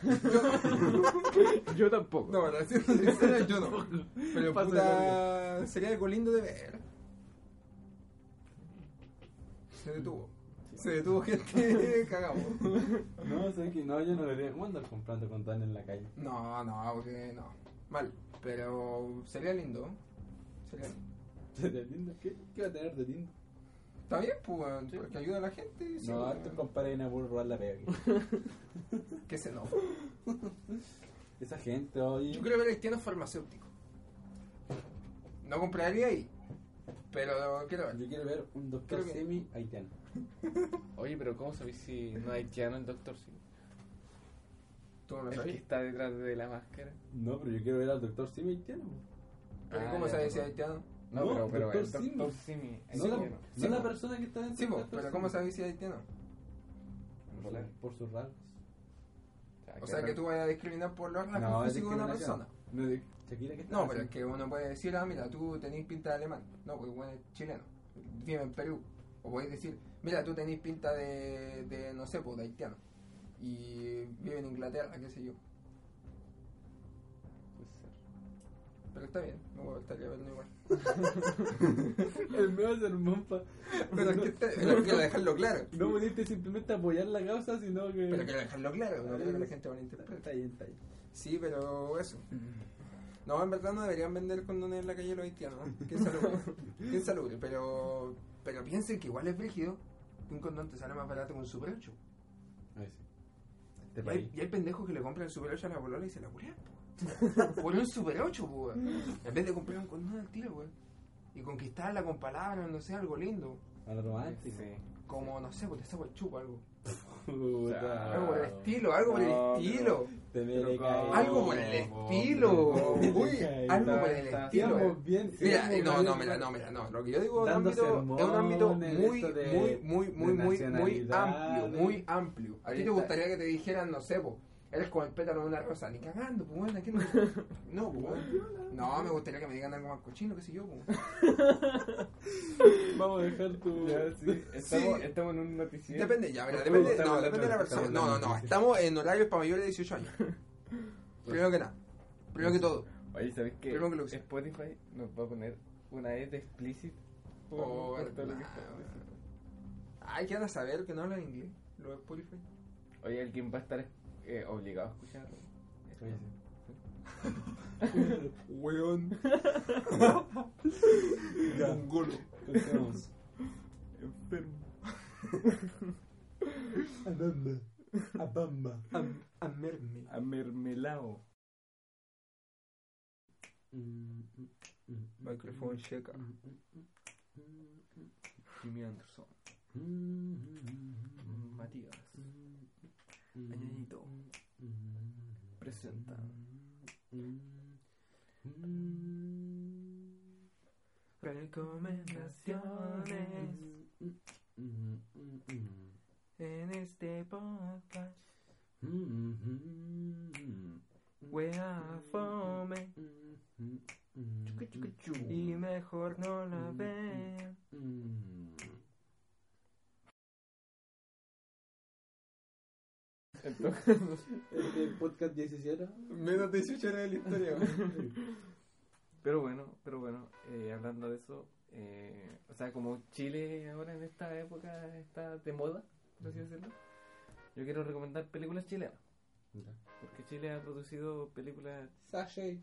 [SPEAKER 4] Yo tampoco.
[SPEAKER 5] No, para ser sincero, yo no. Pero
[SPEAKER 3] Paso
[SPEAKER 5] puta, sería algo lindo de ver. Se detuvo. Se detuvo gente, cagamos.
[SPEAKER 3] No, sé que no, yo no debería. ¿Cómo andar comprando condones en la calle?
[SPEAKER 5] No, no, porque no. Mal. Pero sería lindo. Sería lindo.
[SPEAKER 3] ¿De lindo? ¿Qué, ¿Qué va a tener de lindo?
[SPEAKER 5] Está bien, pues, weón, porque ayuda a la gente. sí,
[SPEAKER 3] no,
[SPEAKER 5] weón.
[SPEAKER 3] harto compadre viene a robar la pega. aquí.
[SPEAKER 5] que se no.
[SPEAKER 3] Esa gente hoy.
[SPEAKER 5] Yo quiero ver haitianos farmacéuticos. No compraría ahí. Pero quiero ver.
[SPEAKER 3] Yo quiero ver un doctor
[SPEAKER 5] Creo que-
[SPEAKER 3] semi haitiano.
[SPEAKER 4] Oye, pero ¿cómo sabéis si no hay haitiano el doctor Simi?
[SPEAKER 5] Tú no lo
[SPEAKER 4] El que
[SPEAKER 5] sabes.
[SPEAKER 4] está detrás de la máscara.
[SPEAKER 3] No, pero yo quiero ver al doctor semi haitiano.
[SPEAKER 5] Pero
[SPEAKER 4] Ah,
[SPEAKER 5] ¿cómo
[SPEAKER 4] ya,
[SPEAKER 5] sabes si es
[SPEAKER 4] perdón.
[SPEAKER 5] haitiano?
[SPEAKER 4] No,
[SPEAKER 3] No,
[SPEAKER 4] pero, pero
[SPEAKER 3] Dr.
[SPEAKER 4] el
[SPEAKER 3] Simi.
[SPEAKER 4] doctor Simi.
[SPEAKER 3] No,
[SPEAKER 4] haitiano.
[SPEAKER 3] la, no la persona que está dentro
[SPEAKER 5] Sí,
[SPEAKER 3] del
[SPEAKER 5] vos,
[SPEAKER 3] Dr.
[SPEAKER 5] pero
[SPEAKER 3] Simi.
[SPEAKER 5] ¿cómo sabes si es haitiano?
[SPEAKER 3] Por, por sus rasgos.
[SPEAKER 5] O sea que tú vas a discriminar por los rasgos
[SPEAKER 3] es
[SPEAKER 5] físicos de una
[SPEAKER 3] discriminación.
[SPEAKER 5] persona.
[SPEAKER 3] No, de- Shakira, ¿qué
[SPEAKER 5] No,
[SPEAKER 3] estás
[SPEAKER 5] pero es
[SPEAKER 3] haciendo?
[SPEAKER 5] que uno puede decir, ah, mira, tú tenés pinta de alemán. No, pues bueno, es chileno. Vive en Perú. O podéis decir, mira, tú tenés pinta de, de no sé, pues de haitiano. Y vive en Inglaterra, qué sé yo. Pero está bien, no voy a estar verlo igual.
[SPEAKER 3] El nuevo sermón pa...
[SPEAKER 5] Pero es que, está- pero quiero dejarlo claro.
[SPEAKER 3] No pudiste simplemente apoyar la causa, sino que...
[SPEAKER 5] Pero quiero dejarlo claro, no quiero que la gente malinterprete.
[SPEAKER 3] Está bien, está bien.
[SPEAKER 5] Sí, pero eso. No, en verdad no deberían vender condones en la calle los haitianos. ¿no? Qué insalubre. Qué insalubre. Pero, pero piensen que igual es brígido que un condón te sale más barato que un Super 8.
[SPEAKER 3] A ver, sí. Este
[SPEAKER 5] Y hay,
[SPEAKER 3] país.
[SPEAKER 5] y hay pendejos que le compran el Super 8 a la bolola y se la culean, po. Por un Super 8, po, weón.
[SPEAKER 3] Mm.
[SPEAKER 5] En vez de comprar un condón al tiro, weón. Y conquistarla con palabras, no sé, algo lindo.
[SPEAKER 3] A lo romántico.
[SPEAKER 4] Sí.
[SPEAKER 5] Como, no sé, pues te saco el chupo, algo.
[SPEAKER 3] Puta.
[SPEAKER 5] Algo por el estilo, algo por
[SPEAKER 4] No,
[SPEAKER 5] el
[SPEAKER 4] pero-
[SPEAKER 5] estilo.
[SPEAKER 3] Te me
[SPEAKER 4] Pero
[SPEAKER 3] le caí.
[SPEAKER 4] no,
[SPEAKER 5] Algo por el estilo. Uy, algo por el
[SPEAKER 4] Está-
[SPEAKER 5] estilo.
[SPEAKER 3] Estamos bien.
[SPEAKER 5] Mira, eh,
[SPEAKER 3] estamos
[SPEAKER 5] no,
[SPEAKER 3] bien.
[SPEAKER 5] no, mira, no, mira, no. Lo que yo digo es un
[SPEAKER 3] Dando
[SPEAKER 5] ámbito, es un ámbito
[SPEAKER 3] sermones,
[SPEAKER 5] muy,
[SPEAKER 3] esto de-
[SPEAKER 5] muy, muy, muy,
[SPEAKER 3] de
[SPEAKER 5] muy, muy
[SPEAKER 3] nacionalidades.
[SPEAKER 5] amplio, muy amplio. A
[SPEAKER 4] Ahí
[SPEAKER 5] ti te
[SPEAKER 4] está.
[SPEAKER 5] gustaría que te dijeran, no sé, po, eres como el pétalo de una rosa, ni cagando, pues bueno, aquí no. No, pues bueno. No, me gustaría que me digan algo más cochino, qué sé yo, pues.
[SPEAKER 3] Vamos a dejar tu...
[SPEAKER 4] Ya, sí. Estamos,
[SPEAKER 5] Sí.
[SPEAKER 4] estamos en un noticiero.
[SPEAKER 5] Depende, ya, mira, depende,
[SPEAKER 3] estamos
[SPEAKER 5] no,
[SPEAKER 3] hablando
[SPEAKER 5] depende de la
[SPEAKER 3] de-
[SPEAKER 5] persona.
[SPEAKER 3] estamos
[SPEAKER 5] No, no,
[SPEAKER 3] hablando
[SPEAKER 5] no,
[SPEAKER 3] de-
[SPEAKER 5] estamos en horarios para mayores de 18 años. Primero que nada, primero que todo.
[SPEAKER 4] Oye, ¿sabes qué?
[SPEAKER 5] Primero que lo que sea.
[SPEAKER 4] Spotify nos va a poner una E de explicit
[SPEAKER 5] Oh,
[SPEAKER 4] Por todo lo que
[SPEAKER 5] verdad,
[SPEAKER 4] está diciendo.
[SPEAKER 5] Ay, ¿qué van a saber que no hablan inglés? Lo de Spotify.
[SPEAKER 4] Oye, alguien va a estar eh, obligado a escucharlo.
[SPEAKER 5] Weón. Mongolo.
[SPEAKER 3] Enfermos.
[SPEAKER 4] Enfermo.
[SPEAKER 3] A Bamba. A Bamba.
[SPEAKER 5] A merme.
[SPEAKER 4] Amermelao.
[SPEAKER 5] Microphone checa.
[SPEAKER 4] Mm, Jimmy Anderson.
[SPEAKER 5] Mm.
[SPEAKER 4] Matías. Añadito. Presenta.
[SPEAKER 5] Mm. Recomendaciones en este podcast. Wea fome. Y mejor no la vean.
[SPEAKER 3] Mm.
[SPEAKER 4] Entonces,
[SPEAKER 8] El podcast 17.
[SPEAKER 5] Menos 18 era de la historia, weón.
[SPEAKER 4] pero bueno, pero bueno, eh, hablando de eso, eh, o sea, como Chile ahora en esta época está de moda, por así decirlo, yo quiero recomendar películas chilenas.
[SPEAKER 3] Ya.
[SPEAKER 4] Porque Chile ha producido películas
[SPEAKER 8] Sashay.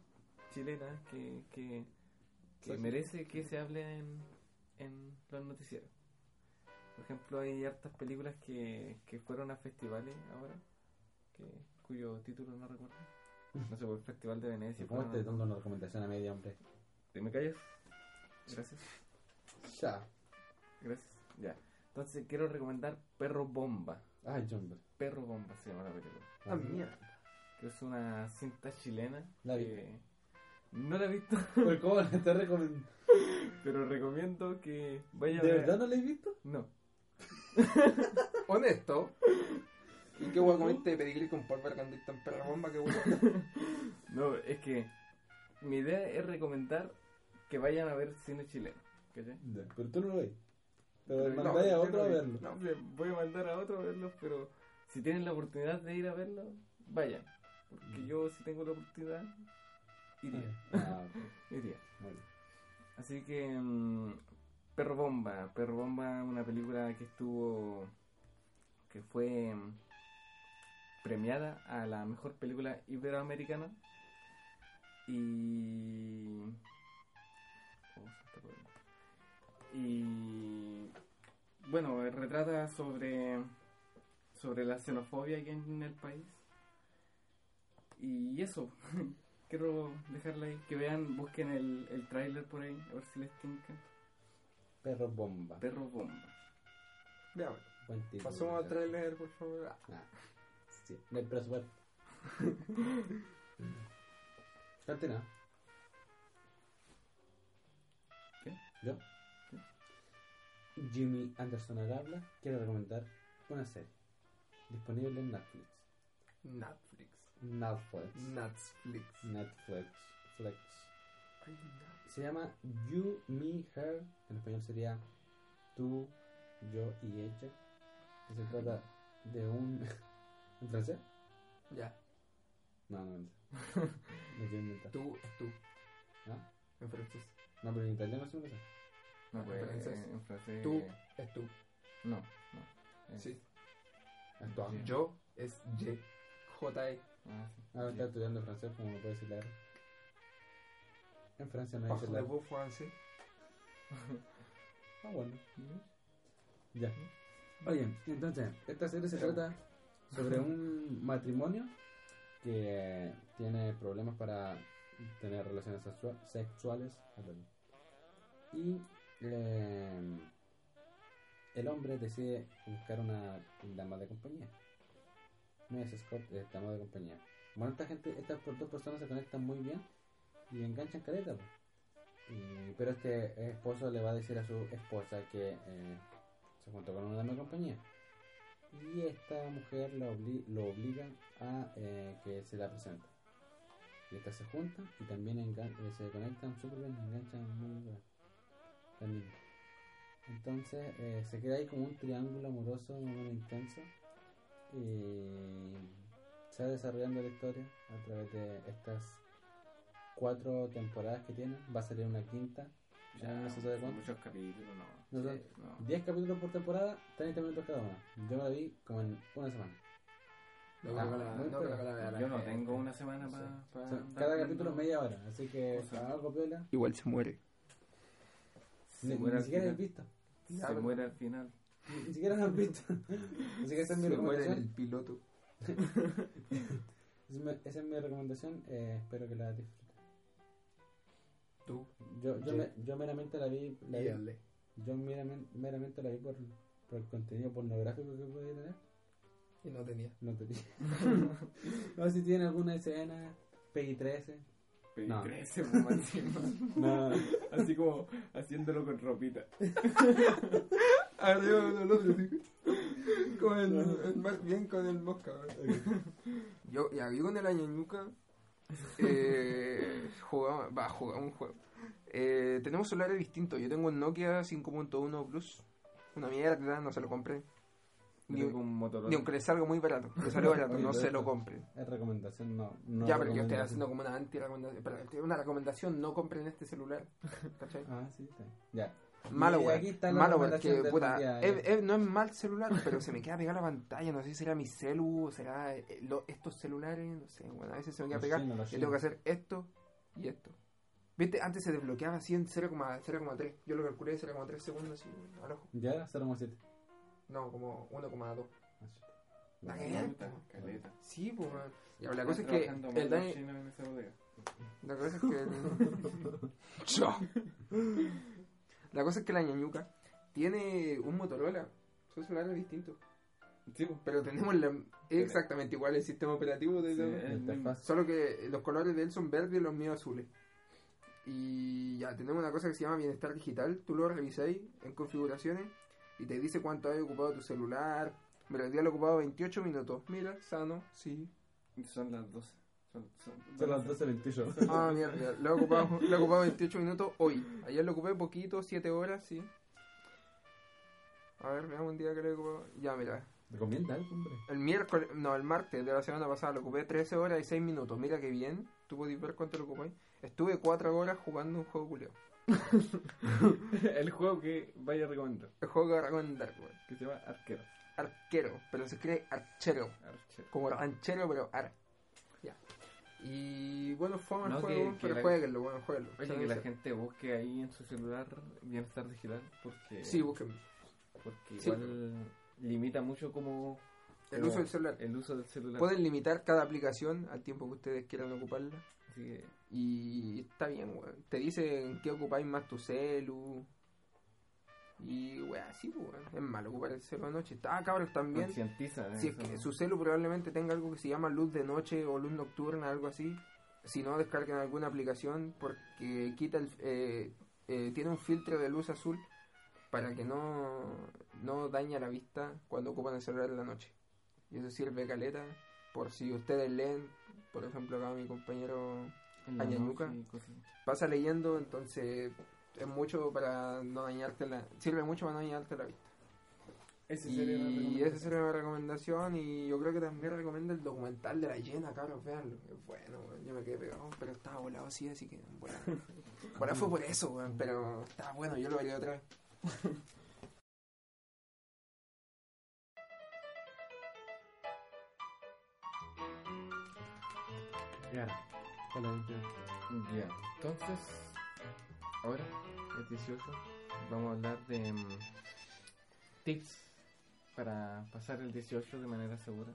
[SPEAKER 4] chilenas que, que, que
[SPEAKER 5] Sí, sí.
[SPEAKER 4] merece que se hable en, en los noticieros. Por ejemplo, hay hartas películas que, que fueron a festivales ahora, que, cuyo título no recuerdo. No sé, por el Festival de Venecia.
[SPEAKER 3] ¿Cómo
[SPEAKER 4] fueron
[SPEAKER 3] te
[SPEAKER 4] a-
[SPEAKER 3] dando una recomendación a media, hombre?
[SPEAKER 4] ¿Te me callas? Gracias,
[SPEAKER 3] Ya.
[SPEAKER 4] gracias. Ya. Entonces quiero recomendar Perro Bomba.
[SPEAKER 3] Ay, John. pues,
[SPEAKER 4] Perro Bomba se llama la película.
[SPEAKER 5] Ah, mía.
[SPEAKER 4] Que es una cinta chilena.
[SPEAKER 3] La vi.
[SPEAKER 4] que No la he visto,
[SPEAKER 3] Pues, ¿Cómo la estás recomendando?
[SPEAKER 4] pero recomiendo que vaya
[SPEAKER 3] ¿De
[SPEAKER 4] a ver.
[SPEAKER 3] verdad no la he visto?
[SPEAKER 4] No.
[SPEAKER 5] Honesto. ¿Y qué hueá comiste de pedigrí con polvo de candita en perra bomba? ¿Qué hueá?
[SPEAKER 4] No, es que mi idea es recomendar que vayan a ver cine chileno. ¿cachai?
[SPEAKER 3] Ya, Pero tú no lo ves. Pero
[SPEAKER 4] No,
[SPEAKER 3] mandáis a
[SPEAKER 4] yo
[SPEAKER 3] otro
[SPEAKER 4] no
[SPEAKER 3] a
[SPEAKER 4] vi.
[SPEAKER 3] verlo.
[SPEAKER 4] No, me voy a mandar a otro a verlo, pero si tienen la oportunidad de ir a verlo, vayan. Porque yo, si tengo la oportunidad, iría.
[SPEAKER 3] Mm. Ah, ok.
[SPEAKER 4] iría.
[SPEAKER 3] Muy bien.
[SPEAKER 4] Así que. mm, Perro Bomba. Perro Bomba, una película que estuvo. que fue. mm, premiada a la mejor película iberoamericana. Y. oh, se está colgando. Y. bueno, eh, retrata sobre. sobre la xenofobia que hay en el país. Y eso, quiero dejarla ahí, que vean, busquen el, el tráiler por ahí, a ver si les tinca.
[SPEAKER 3] Perro bomba.
[SPEAKER 4] Perro bomba.
[SPEAKER 5] Veamos.
[SPEAKER 3] Buen título.
[SPEAKER 5] Pasemos al trailer, por favor. Ah,
[SPEAKER 3] Ah, sí, no hay presupuesto. Continúa.
[SPEAKER 4] ¿Qué?
[SPEAKER 3] Yo. Jimmy Anderson al habla. Quiero recomendar una serie disponible en Netflix.
[SPEAKER 5] Netflix.
[SPEAKER 3] Netflix.
[SPEAKER 5] Netflix.
[SPEAKER 3] Netflix. Flex. Se llama You, Me, Her. En español sería tú, yo y ella. Y se trata de un. ¿En francés?
[SPEAKER 5] Ya.
[SPEAKER 3] No, no, no. Me quiero inventar.
[SPEAKER 5] Tú, tú.
[SPEAKER 3] ¿Ah?
[SPEAKER 5] En francés.
[SPEAKER 3] No, pero en italiano sí me lo sé.
[SPEAKER 4] No,
[SPEAKER 5] En
[SPEAKER 4] pues,
[SPEAKER 5] francés.
[SPEAKER 4] eh, en francés.
[SPEAKER 5] Tú
[SPEAKER 4] eh,
[SPEAKER 5] es tú.
[SPEAKER 4] No, no. eh,
[SPEAKER 5] Sí.
[SPEAKER 3] Ah,
[SPEAKER 4] Sí.
[SPEAKER 5] Yo es Y. J. E.
[SPEAKER 4] Ah, sí.
[SPEAKER 3] Ahora
[SPEAKER 4] Sí.
[SPEAKER 3] está estudiando francés, como no puede decir la R. En Francia no
[SPEAKER 5] Bajo
[SPEAKER 3] dice
[SPEAKER 5] de
[SPEAKER 3] la R.
[SPEAKER 5] vos francés.
[SPEAKER 3] Ah, bueno. Ya. Oye, entonces, esta serie se trata sobre un matrimonio que tiene problemas para tener relaciones sexua- sexuales. Y eh, el hombre decide buscar una dama de compañía. No es Scott, es dama de compañía. Bueno, esta gente, estas por- dos personas se conectan muy bien y enganchan caleta. po. Y- pero este esposo le va a decir a su esposa que eh, se juntó con una dama de compañía. Y esta mujer la obli- lo obliga a eh, que se la presente. Y estas se juntan y también engan- eh, se conectan súper bien, enganchan muy bien. También. Entonces eh, se queda ahí como un triángulo amoroso muy intenso. Y se va desarrollando la historia a través de estas cuatro temporadas que tiene. Va a salir una quinta
[SPEAKER 8] Ya no se sabe cuánto.
[SPEAKER 4] Muchos capítulos, no.
[SPEAKER 3] No sé.
[SPEAKER 4] No.
[SPEAKER 3] 10 capítulos por temporada, 30 minutos cada uno. Yo me la vi como en una semana.
[SPEAKER 5] No, no, no, Ah, no, no, no, no,
[SPEAKER 4] Yo
[SPEAKER 5] no,
[SPEAKER 4] no
[SPEAKER 5] no,
[SPEAKER 4] tengo una semana para.
[SPEAKER 3] O
[SPEAKER 5] Ah,
[SPEAKER 3] sea, cada capítulo es media hora, así que algo piola.
[SPEAKER 5] Igual se muere.
[SPEAKER 4] Se
[SPEAKER 3] Ni,
[SPEAKER 4] muere
[SPEAKER 3] ni
[SPEAKER 4] al
[SPEAKER 3] siquiera has
[SPEAKER 4] final.
[SPEAKER 3] visto.
[SPEAKER 4] Se muere al final.
[SPEAKER 3] Ni, ni siquiera has visto. así que esa es mi
[SPEAKER 5] Se muere
[SPEAKER 3] recomendación.
[SPEAKER 5] el piloto.
[SPEAKER 3] Esa es mi- Esa es mi recomendación, eh, espero que la disfruten.
[SPEAKER 5] Tú.
[SPEAKER 3] Yo, yo,
[SPEAKER 8] Ye-
[SPEAKER 3] me- yo meramente la vi, la vi- yo meramen- meramente la vi por, por el contenido pornográfico que podía tener.
[SPEAKER 5] Y no tenía.
[SPEAKER 3] No tenía. no, si tiene alguna escena, PEGI 13.
[SPEAKER 4] Pero
[SPEAKER 3] No.
[SPEAKER 4] crece po, más encima.
[SPEAKER 3] No,
[SPEAKER 4] Así como haciéndolo con ropita.
[SPEAKER 5] Arriba con el otro, así. Con el, el más bien con el mosca, ¿verdad? Yo, y arriba en el año nuca, eh, jugaba, va, jugaba un juego. Eh, tenemos celulares distintos. Yo tengo un Nokia 5.1 Plus. Una mierda, no se lo compré. Ni,
[SPEAKER 4] Yo con un Motorola.
[SPEAKER 5] ni aunque le salga muy barato. Le sale barato,
[SPEAKER 3] Oye,
[SPEAKER 5] no
[SPEAKER 3] pero
[SPEAKER 5] se
[SPEAKER 3] esto-
[SPEAKER 5] lo compren.
[SPEAKER 3] es recomendación, no. no
[SPEAKER 5] ya, pero yo estoy
[SPEAKER 3] recomendación.
[SPEAKER 5] haciendo como una anti-recomendación. Pero estoy- una recomendación, no compren este celular. ¿Cachai?
[SPEAKER 3] Ah, sí, está. Ya. Y aquí
[SPEAKER 5] Malware,
[SPEAKER 3] está la
[SPEAKER 5] malware,
[SPEAKER 3] recomendación
[SPEAKER 5] que
[SPEAKER 3] del
[SPEAKER 5] puta,
[SPEAKER 3] día, eh.
[SPEAKER 5] es-
[SPEAKER 3] ya.
[SPEAKER 5] es- no es mal celular, pero se me queda pegada la pantalla, no sé si será mi celu, será eh, lo- estos celulares, no sé, bueno, a veces se me queda
[SPEAKER 3] Los
[SPEAKER 5] pegada,
[SPEAKER 3] chinos, los
[SPEAKER 5] yo tengo que
[SPEAKER 3] chinos.
[SPEAKER 5] hacer esto y esto. Viste, antes se desbloqueaba así en 0,3, 0,3, yo lo calculé 0,3 segundos así, al ojo,
[SPEAKER 3] Ya, 0,7.
[SPEAKER 5] no, como 1,2.
[SPEAKER 3] Ah,
[SPEAKER 5] La
[SPEAKER 4] Me
[SPEAKER 5] cagada,
[SPEAKER 4] gusta,
[SPEAKER 5] po.
[SPEAKER 4] caleta.
[SPEAKER 5] Sí, pues, weón. Ya,
[SPEAKER 4] Están
[SPEAKER 5] la cosa es que
[SPEAKER 4] trabajando
[SPEAKER 5] el
[SPEAKER 4] más los
[SPEAKER 5] Dani,
[SPEAKER 4] chinos en esa bodega.
[SPEAKER 5] La cosa es que. Chao. La cosa es que la ñañuca tiene un Motorola. Son celulares distintos.
[SPEAKER 4] Sí, po.
[SPEAKER 5] Pero tenemos la- exactamente igual el sistema operativo de
[SPEAKER 4] Sí,
[SPEAKER 5] los-
[SPEAKER 4] es el
[SPEAKER 3] Está
[SPEAKER 4] mismo.
[SPEAKER 3] fácil.
[SPEAKER 5] Solo que los colores de él son verdes y los míos azules. Y ya, tenemos una cosa que se llama bienestar digital. Tú lo revisáis en configuraciones y te dice cuánto has ocupado tu celular. Mira, el día lo he ocupado 28 minutos. Mira, sano, sí.
[SPEAKER 4] Son las 12. Son, son,
[SPEAKER 3] Son las 12.28.
[SPEAKER 5] Ah, mierda, lo he ocupado, lo he ocupado 28 minutos hoy. Ayer lo ocupé poquito, 7 horas, sí. A ver, veamos un día que lo he ocupado. Ya, mira.
[SPEAKER 3] Recomienda algo, hombre.
[SPEAKER 5] El miércoles, no, el martes de la semana pasada lo ocupé 13 horas y 6 minutos. Mira que bien. Tú podés ver cuánto lo ocupé. Estuve 4 horas jugando un juego culiao.
[SPEAKER 4] el juego que vaya a recomendar,
[SPEAKER 5] El juego que recomendar, weón.
[SPEAKER 4] que se llama Arquero.
[SPEAKER 5] Arquero, pero se cree archero.
[SPEAKER 4] Archero.
[SPEAKER 5] Como ranchero, pero ar. Ya. Y bueno, fue el
[SPEAKER 4] No, que-
[SPEAKER 5] juego,
[SPEAKER 4] que
[SPEAKER 5] pero
[SPEAKER 4] la-
[SPEAKER 5] jueguenlo, bueno, jueguenlo.
[SPEAKER 4] Oye, que la gente busque ahí en su celular bienestar digital porque,
[SPEAKER 5] Sí, búsquenlo.
[SPEAKER 4] porque
[SPEAKER 5] sí.
[SPEAKER 4] igual limita mucho como
[SPEAKER 5] El
[SPEAKER 4] como
[SPEAKER 5] uso del celular.
[SPEAKER 4] El uso del celular.
[SPEAKER 5] Pueden limitar cada aplicación al tiempo que ustedes quieran ocuparla.
[SPEAKER 4] Así que,
[SPEAKER 5] Y está bien, weón. Te dicen que ocupáis más tu celu. Y, weón, sí, weón. Es malo ocupar el celu anoche. Ah, cabros, también.
[SPEAKER 4] concientiza. de
[SPEAKER 5] Si es
[SPEAKER 4] eso,
[SPEAKER 5] que
[SPEAKER 4] ¿no?
[SPEAKER 5] su celu probablemente tenga algo que se llama luz de noche o luz nocturna, algo así. Si no, descarguen alguna aplicación porque quita el, eh, eh, tiene un filtro de luz azul para que no, no daña la vista cuando ocupan el celular en la noche. Y eso sirve caleta por si ustedes leen, por ejemplo acá mi compañero
[SPEAKER 4] En la
[SPEAKER 5] Añañuca.
[SPEAKER 4] noche y cosas así.
[SPEAKER 5] pasa leyendo, entonces es mucho para no dañarte la... Sirve mucho para no dañarte la vista.
[SPEAKER 4] Ese sería la
[SPEAKER 5] Y
[SPEAKER 4] recomendación.
[SPEAKER 5] esa sería mi recomendación. Y yo creo que también recomiendo el documental de la llena, cabros. Veanlo. Es bueno, weón. Yo me quedé pegado, pero estaba volado así, así que. Bueno, bueno fue por eso, weón. Pero estaba bueno, yo lo vería otra vez.
[SPEAKER 3] Ya. Hola, gente.
[SPEAKER 4] Bien, entonces, ahora, es 18, vamos a hablar de mm, tips para pasar el 18 de manera segura.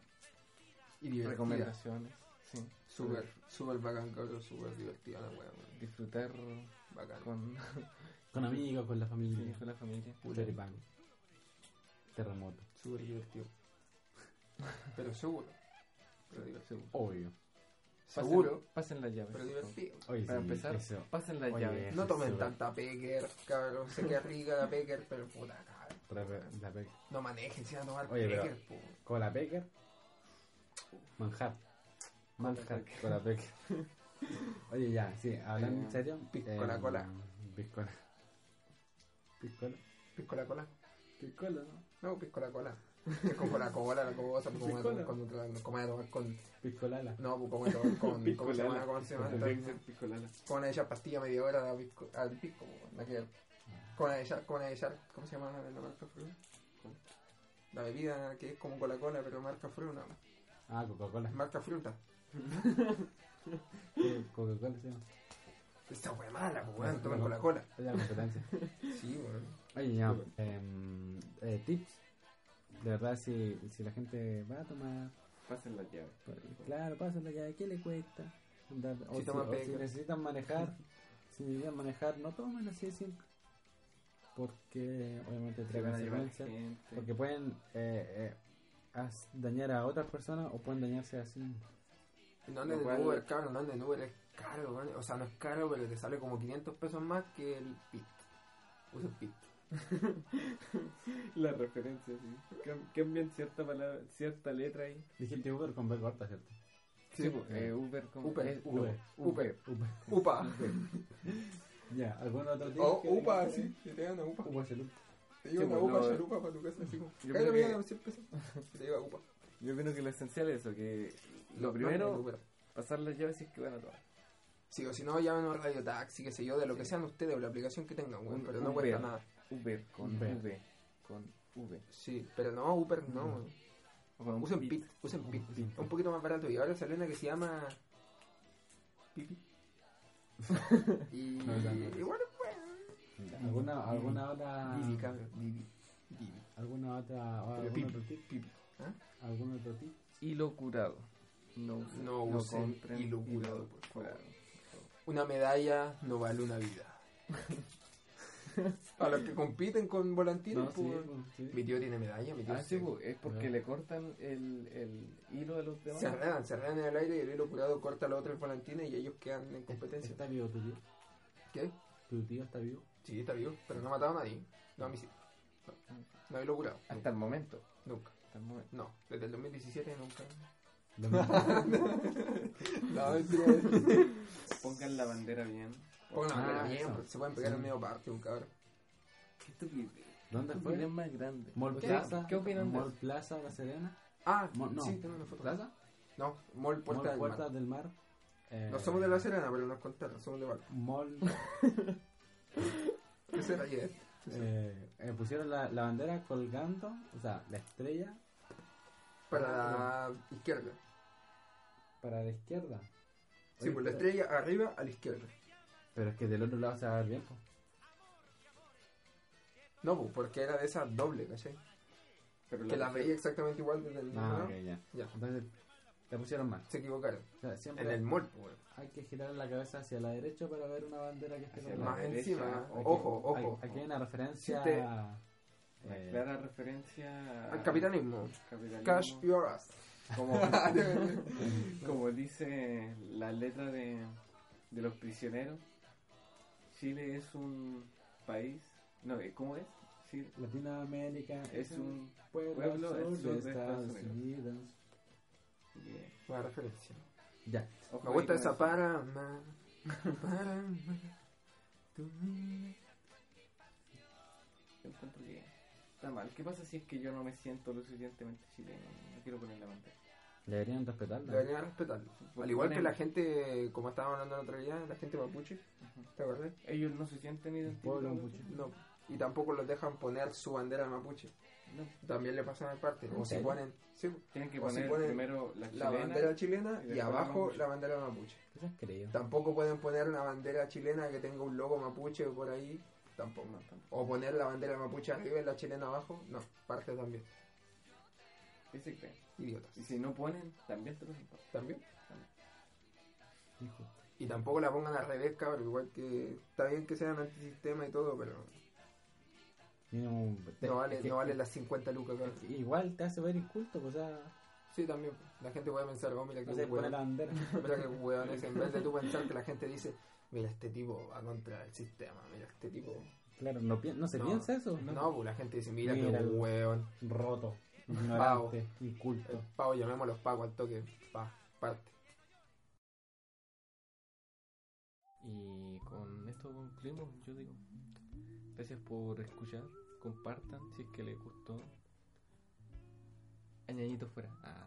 [SPEAKER 5] Y divertida.
[SPEAKER 4] Recomendaciones, sí.
[SPEAKER 5] Súper, súper bacán, cabros. Súper divertida la weá, weón.
[SPEAKER 4] Disfrutar
[SPEAKER 5] Bacán.
[SPEAKER 4] con,
[SPEAKER 3] Con amigos, con la
[SPEAKER 4] sí,
[SPEAKER 3] familia.
[SPEAKER 4] con la familia.
[SPEAKER 3] Choripán. Terremoto.
[SPEAKER 5] Súper divertido. Pero seguro. Pero divertido.
[SPEAKER 4] Seguro.
[SPEAKER 3] Obvio.
[SPEAKER 4] Pasen-
[SPEAKER 5] Seguro,
[SPEAKER 4] Pasen las llaves.
[SPEAKER 5] pero divertido.
[SPEAKER 3] Oye,
[SPEAKER 4] Para
[SPEAKER 3] sí,
[SPEAKER 4] empezar,
[SPEAKER 3] eso.
[SPEAKER 4] pasen las
[SPEAKER 3] Oye,
[SPEAKER 4] llaves.
[SPEAKER 5] No tomen
[SPEAKER 3] Seguro.
[SPEAKER 5] tanta pecker, cabrón. Sé que es rica la pecker, pero puta, cabrón.
[SPEAKER 3] Otra vez, la pe-
[SPEAKER 5] No manejen, si van a tomar
[SPEAKER 3] Oye, pero-
[SPEAKER 5] pecker, po.
[SPEAKER 3] Cola Becker. Manjar. Manjar. Cola Becker. Oye, ya, sí, hablando en
[SPEAKER 4] Eh,
[SPEAKER 3] serio.
[SPEAKER 5] piscola,
[SPEAKER 3] eh,
[SPEAKER 5] cola.
[SPEAKER 3] Piscola. Piscola.
[SPEAKER 5] Pisco la cola.
[SPEAKER 3] Piscola, ¿no?
[SPEAKER 5] No, pisco la cola. Es como la cola, la cosa, pues, como
[SPEAKER 4] Piscola.
[SPEAKER 5] de- cuando te la- como de tomar con.
[SPEAKER 3] Piscolala.
[SPEAKER 5] No, pues como de tomar con. ¿Cómo se llama? ¿Cómo se llama?
[SPEAKER 4] Tendría que ser picolala.
[SPEAKER 5] Con una de ellas pastilla media hora al pisco- al pico, pues, la que. Con una de ellas, con una de ellas, ¿cómo se llama la, la marca Fruna? La bebida que es como Coca-Cola, pero marca Fruna.
[SPEAKER 3] Ah, Coca-Cola.
[SPEAKER 5] Marca Fruta.
[SPEAKER 3] Eh, Coca-Cola, sí.
[SPEAKER 5] Esta wea mala, pues, weón, toman Coca-Cola.
[SPEAKER 3] Es la competencia.
[SPEAKER 5] Sí, weón.
[SPEAKER 3] Oye, ya. em, eh, tips. De verdad, si, si la gente va a tomar,
[SPEAKER 4] Pasen la llave.
[SPEAKER 3] pues, claro, pásenla ya, ¿qué le cuesta? Andar- o,
[SPEAKER 5] Si
[SPEAKER 3] si,
[SPEAKER 5] toma
[SPEAKER 3] o
[SPEAKER 5] peca.
[SPEAKER 3] si necesitan manejar, si necesitan manejar, no tomen así de simple. Porque obviamente
[SPEAKER 4] Se
[SPEAKER 3] trae
[SPEAKER 4] van a llevar
[SPEAKER 3] consecuencias.
[SPEAKER 4] gente.
[SPEAKER 3] Porque pueden eh, eh, as- dañar a otras personas o pueden dañarse a sí mismos.
[SPEAKER 5] No anden
[SPEAKER 4] Lo
[SPEAKER 5] en
[SPEAKER 4] cual-
[SPEAKER 5] Uber, cabrón, no anden en Uber, es caro, weón. O sea, no es caro, pero te sale como 500 pesos más que el PIT. Usa el PIT.
[SPEAKER 4] La referencia, sí. Cam- Cambian cierta palabra, cierta letra ahí.
[SPEAKER 3] Dijiste Uber con B corta, ¿cierto?
[SPEAKER 4] Sí, pues, eh, Uber como.
[SPEAKER 5] Uber.
[SPEAKER 4] eh,
[SPEAKER 3] Uber.
[SPEAKER 5] Uber.
[SPEAKER 3] Uber.
[SPEAKER 5] UPA.
[SPEAKER 3] Ya, ¿algún otro tip?
[SPEAKER 5] O
[SPEAKER 3] que
[SPEAKER 5] Oh, UPA,
[SPEAKER 3] tengas?
[SPEAKER 5] sí, que te dan una UPA.
[SPEAKER 3] Uber Salud.
[SPEAKER 5] Te lleva
[SPEAKER 4] Sí,
[SPEAKER 5] una
[SPEAKER 4] pues,
[SPEAKER 5] UPA,
[SPEAKER 4] no,
[SPEAKER 5] chalupa para tu casa, así como.
[SPEAKER 4] Yo
[SPEAKER 5] "Cállate,
[SPEAKER 4] creo
[SPEAKER 5] mira,
[SPEAKER 4] que-
[SPEAKER 5] dame 100 pesos. Y Te lleva UPA.
[SPEAKER 4] Yo creo que lo esencial es eso, que
[SPEAKER 5] No,
[SPEAKER 4] lo
[SPEAKER 5] no anden en
[SPEAKER 4] primero,
[SPEAKER 5] Uber.
[SPEAKER 4] pasar las llaves si es que van a tomar.
[SPEAKER 5] Sí, o si no, llamen a un radio taxi, qué sé yo, de lo que sean ustedes o la aplicación que tengan, weón.
[SPEAKER 4] Un-
[SPEAKER 5] Pero
[SPEAKER 4] un
[SPEAKER 5] no cuesta
[SPEAKER 4] Uber.
[SPEAKER 5] nada.
[SPEAKER 4] Uber con
[SPEAKER 3] Uber.
[SPEAKER 4] V. Con V.
[SPEAKER 5] Sí, pero no, Uber no, weón.
[SPEAKER 4] O con
[SPEAKER 5] Usen
[SPEAKER 4] Pit.
[SPEAKER 5] PIT, usen PIT.
[SPEAKER 4] Pit.
[SPEAKER 5] Es un poquito más barato. Y ahora salió una que se llama. Pipi. y.
[SPEAKER 3] No, no, no.
[SPEAKER 5] Igual es bueno.
[SPEAKER 3] ¿Alguna, alguna otra...?
[SPEAKER 5] Divi, cabrón. Divi. Divi.
[SPEAKER 3] ¿Alguna otra...? o
[SPEAKER 5] Ah, Pero
[SPEAKER 3] ¿Algún
[SPEAKER 5] pip.
[SPEAKER 3] otro tip?
[SPEAKER 5] Pipi. ¿Ah?
[SPEAKER 3] ¿Algún otro tip?
[SPEAKER 4] Hilo curado. No, usen-
[SPEAKER 5] No usen
[SPEAKER 4] compren
[SPEAKER 5] hilo curado, por favor.
[SPEAKER 4] curado.
[SPEAKER 5] Una medalla no vale una vida. A los que compiten con volantines,
[SPEAKER 4] No,
[SPEAKER 5] pues,
[SPEAKER 4] sí,
[SPEAKER 5] weón.
[SPEAKER 3] Sí.
[SPEAKER 5] Mi tío tiene medalla, mi tío.
[SPEAKER 4] Ah, sí,
[SPEAKER 5] se,
[SPEAKER 4] pues, es porque
[SPEAKER 3] No.
[SPEAKER 4] le cortan el, el hilo de los demás.
[SPEAKER 5] se enredan, se enredan en el aire y el hilo curado corta los otros volantines y ellos quedan en competencia.
[SPEAKER 3] ¿Está vivo tu tío?
[SPEAKER 5] ¿Qué?
[SPEAKER 3] ¿Tu tío está vivo?
[SPEAKER 5] Sí, está vivo, pero no ha matado a nadie. No, a mí sí. No, no hay hilo curado.
[SPEAKER 4] Hasta el momento.
[SPEAKER 5] Nunca.
[SPEAKER 4] Hasta el momento.
[SPEAKER 5] No, desde el 2017 nunca.
[SPEAKER 3] Lo mismo.
[SPEAKER 5] No, mentira.
[SPEAKER 4] Pongan la bandera bien.
[SPEAKER 5] Pongan la bandera
[SPEAKER 3] Ah,
[SPEAKER 5] Oh, bien,
[SPEAKER 3] eso.
[SPEAKER 5] porque se pueden pegar
[SPEAKER 3] Sí.
[SPEAKER 5] en medio parte, un cabrón.
[SPEAKER 4] ¿Qué estupidez?
[SPEAKER 3] ¿Dónde
[SPEAKER 4] ¿Qué
[SPEAKER 3] fue?
[SPEAKER 4] estupidez más grande?
[SPEAKER 3] ¿Mall
[SPEAKER 4] O sea,
[SPEAKER 3] Plaza?
[SPEAKER 4] ¿Qué opinan de
[SPEAKER 3] ¿Mall
[SPEAKER 4] eso?
[SPEAKER 3] Plaza, La Serena?
[SPEAKER 5] Ah,
[SPEAKER 3] Mol- no.
[SPEAKER 5] sí, tengo una foto.
[SPEAKER 3] ¿Plaza?
[SPEAKER 5] No, Mall Puerta
[SPEAKER 3] ¿Mall
[SPEAKER 5] del
[SPEAKER 3] Puerta
[SPEAKER 5] Mar.
[SPEAKER 3] del Mar? Eh,
[SPEAKER 5] No somos de La Serena, pero nos contaron, somos de Valpo.
[SPEAKER 3] Mall...
[SPEAKER 5] ¿Qué será ayer?
[SPEAKER 3] Eh, eh, pusieron la, la bandera colgando, o sea, la estrella
[SPEAKER 5] Para la izquierda.
[SPEAKER 3] para la izquierda.
[SPEAKER 5] Sí,
[SPEAKER 3] Oye,
[SPEAKER 5] pues la
[SPEAKER 3] pero-
[SPEAKER 5] estrella arriba a la izquierda.
[SPEAKER 3] Pero es que del otro lado se va a ver bien, po.
[SPEAKER 5] No, pues, porque era de esa doble, ¿cachai?
[SPEAKER 4] Pero
[SPEAKER 5] Que las veía exactamente igual desde el mismo
[SPEAKER 3] Ah,
[SPEAKER 5] lado.
[SPEAKER 3] ok, ya.
[SPEAKER 5] Ya,
[SPEAKER 3] Entonces, la pusieron mal.
[SPEAKER 5] se equivocaron.
[SPEAKER 3] O sea, siempre
[SPEAKER 5] En el mall, pues. weón.
[SPEAKER 3] hay que girar la cabeza hacia la derecha para ver una bandera que esté
[SPEAKER 4] Hacia
[SPEAKER 3] colgada.
[SPEAKER 5] Más
[SPEAKER 4] derecha,
[SPEAKER 5] encima,
[SPEAKER 4] ojo,
[SPEAKER 5] ojo,
[SPEAKER 3] Hay-
[SPEAKER 5] ojo.
[SPEAKER 3] Aquí hay una referencia
[SPEAKER 5] Si usted-
[SPEAKER 4] Una
[SPEAKER 3] eh,
[SPEAKER 4] clara referencia a-
[SPEAKER 5] Al capitalismo.
[SPEAKER 4] capitalismo.
[SPEAKER 5] Cash your ass.
[SPEAKER 4] como, como dice la letra de, de los prisioneros, Chile es un país. No, eh, ¿cómo es? Chile
[SPEAKER 3] Latinoamérica
[SPEAKER 4] es un.
[SPEAKER 3] pueblo,
[SPEAKER 4] pueblo
[SPEAKER 3] al sur
[SPEAKER 4] del sur
[SPEAKER 3] de
[SPEAKER 4] de Estados
[SPEAKER 3] Estados Unidos.
[SPEAKER 4] eh,
[SPEAKER 5] Una referencia.
[SPEAKER 3] Ya,
[SPEAKER 4] ojo
[SPEAKER 5] Me
[SPEAKER 4] ahí
[SPEAKER 5] gusta
[SPEAKER 4] con
[SPEAKER 5] esa
[SPEAKER 4] eso.
[SPEAKER 5] para ma, para ma, tu mira.
[SPEAKER 4] Yo encuentro que está mal. ¿Qué pasa si es que yo no me siento lo suficientemente chileno? No quiero poner la bandera.
[SPEAKER 3] deberían respetarla.
[SPEAKER 5] Deberían respetarlo.
[SPEAKER 4] Porque
[SPEAKER 5] Al igual que
[SPEAKER 4] ponen-
[SPEAKER 5] la gente, como estábamos hablando el otro día, la gente mapuche,
[SPEAKER 4] Ujú.
[SPEAKER 5] ¿te acordás?
[SPEAKER 4] Ellos no se sienten identificados.
[SPEAKER 3] Pueblo mapuche.
[SPEAKER 5] No. Y tampoco los dejan poner su bandera mapuche.
[SPEAKER 4] No,
[SPEAKER 5] También le pasan al parte.
[SPEAKER 3] ¿En
[SPEAKER 5] O si
[SPEAKER 3] serio?
[SPEAKER 5] ponen sí,
[SPEAKER 4] tienen que
[SPEAKER 5] O si
[SPEAKER 4] poner
[SPEAKER 5] ponen
[SPEAKER 4] primero la
[SPEAKER 5] la
[SPEAKER 4] chilena.
[SPEAKER 5] bandera chilena
[SPEAKER 4] y
[SPEAKER 5] y
[SPEAKER 4] después la
[SPEAKER 5] abajo
[SPEAKER 4] mapuche.
[SPEAKER 5] la bandera mapuche.
[SPEAKER 3] ¿Qué se has creído?
[SPEAKER 5] Tampoco pueden poner una bandera chilena que tenga un logo mapuche por ahí. Tampoco.
[SPEAKER 4] No, tampoco.
[SPEAKER 5] O poner la bandera mapuche arriba y la chilena abajo. No, parte también.
[SPEAKER 4] ¿Qué se creen?
[SPEAKER 5] Idiotas.
[SPEAKER 4] Y si no ponen, también te lo hacen.
[SPEAKER 5] También.
[SPEAKER 3] Hijo.
[SPEAKER 5] Y tampoco la pongan al revés, cabrón. Igual que está bien que sean antisistema y todo, pero
[SPEAKER 3] Mínimo, te-
[SPEAKER 5] no vale,
[SPEAKER 3] es que-
[SPEAKER 5] no vale las 50 lucas, cabrón.
[SPEAKER 3] Igual te hace ver inculto, pues, o sea,
[SPEAKER 5] Sí, también. La gente puede pensar, oh, mira que
[SPEAKER 3] no se pone la
[SPEAKER 5] hueón.
[SPEAKER 3] bandera.
[SPEAKER 5] Mira que hueón es. En vez de tú pensar que la gente dice, mira, este tipo va contra el sistema. Mira, este tipo.
[SPEAKER 3] Claro, no, pi- no se
[SPEAKER 5] No.
[SPEAKER 3] piensa eso.
[SPEAKER 5] No, pues la gente dice, mira,
[SPEAKER 3] Mira
[SPEAKER 5] que
[SPEAKER 3] el-
[SPEAKER 5] hueón.
[SPEAKER 3] Roto, ignorante, inculto.
[SPEAKER 5] El pavo, llamémoslo pago al toque. Pa, parte.
[SPEAKER 4] Y con esto concluimos, yo digo. Gracias por escuchar, compartan si es que les gustó.
[SPEAKER 5] añadito fuera.
[SPEAKER 4] Ah.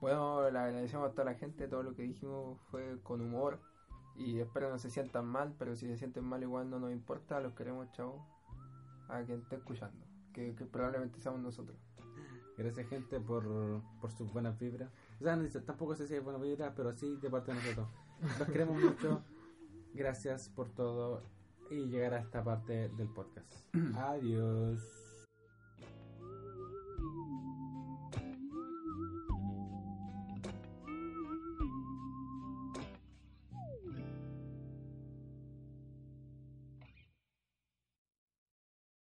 [SPEAKER 5] Bueno, le agradecemos a toda la gente, todo lo que dijimos fue con humor. Y espero no se sientan mal, pero si se sienten mal igual no nos importa, los queremos, chao. A quien esté escuchando, que, que probablemente seamos nosotros.
[SPEAKER 3] Gracias, gente, por, por sus buenas vibras. O sea, no dice- tampoco sé si hay buenas vibras, pero sí de parte de nosotros. Los queremos mucho. Gracias por todo y llegar a esta parte del podcast. Adiós.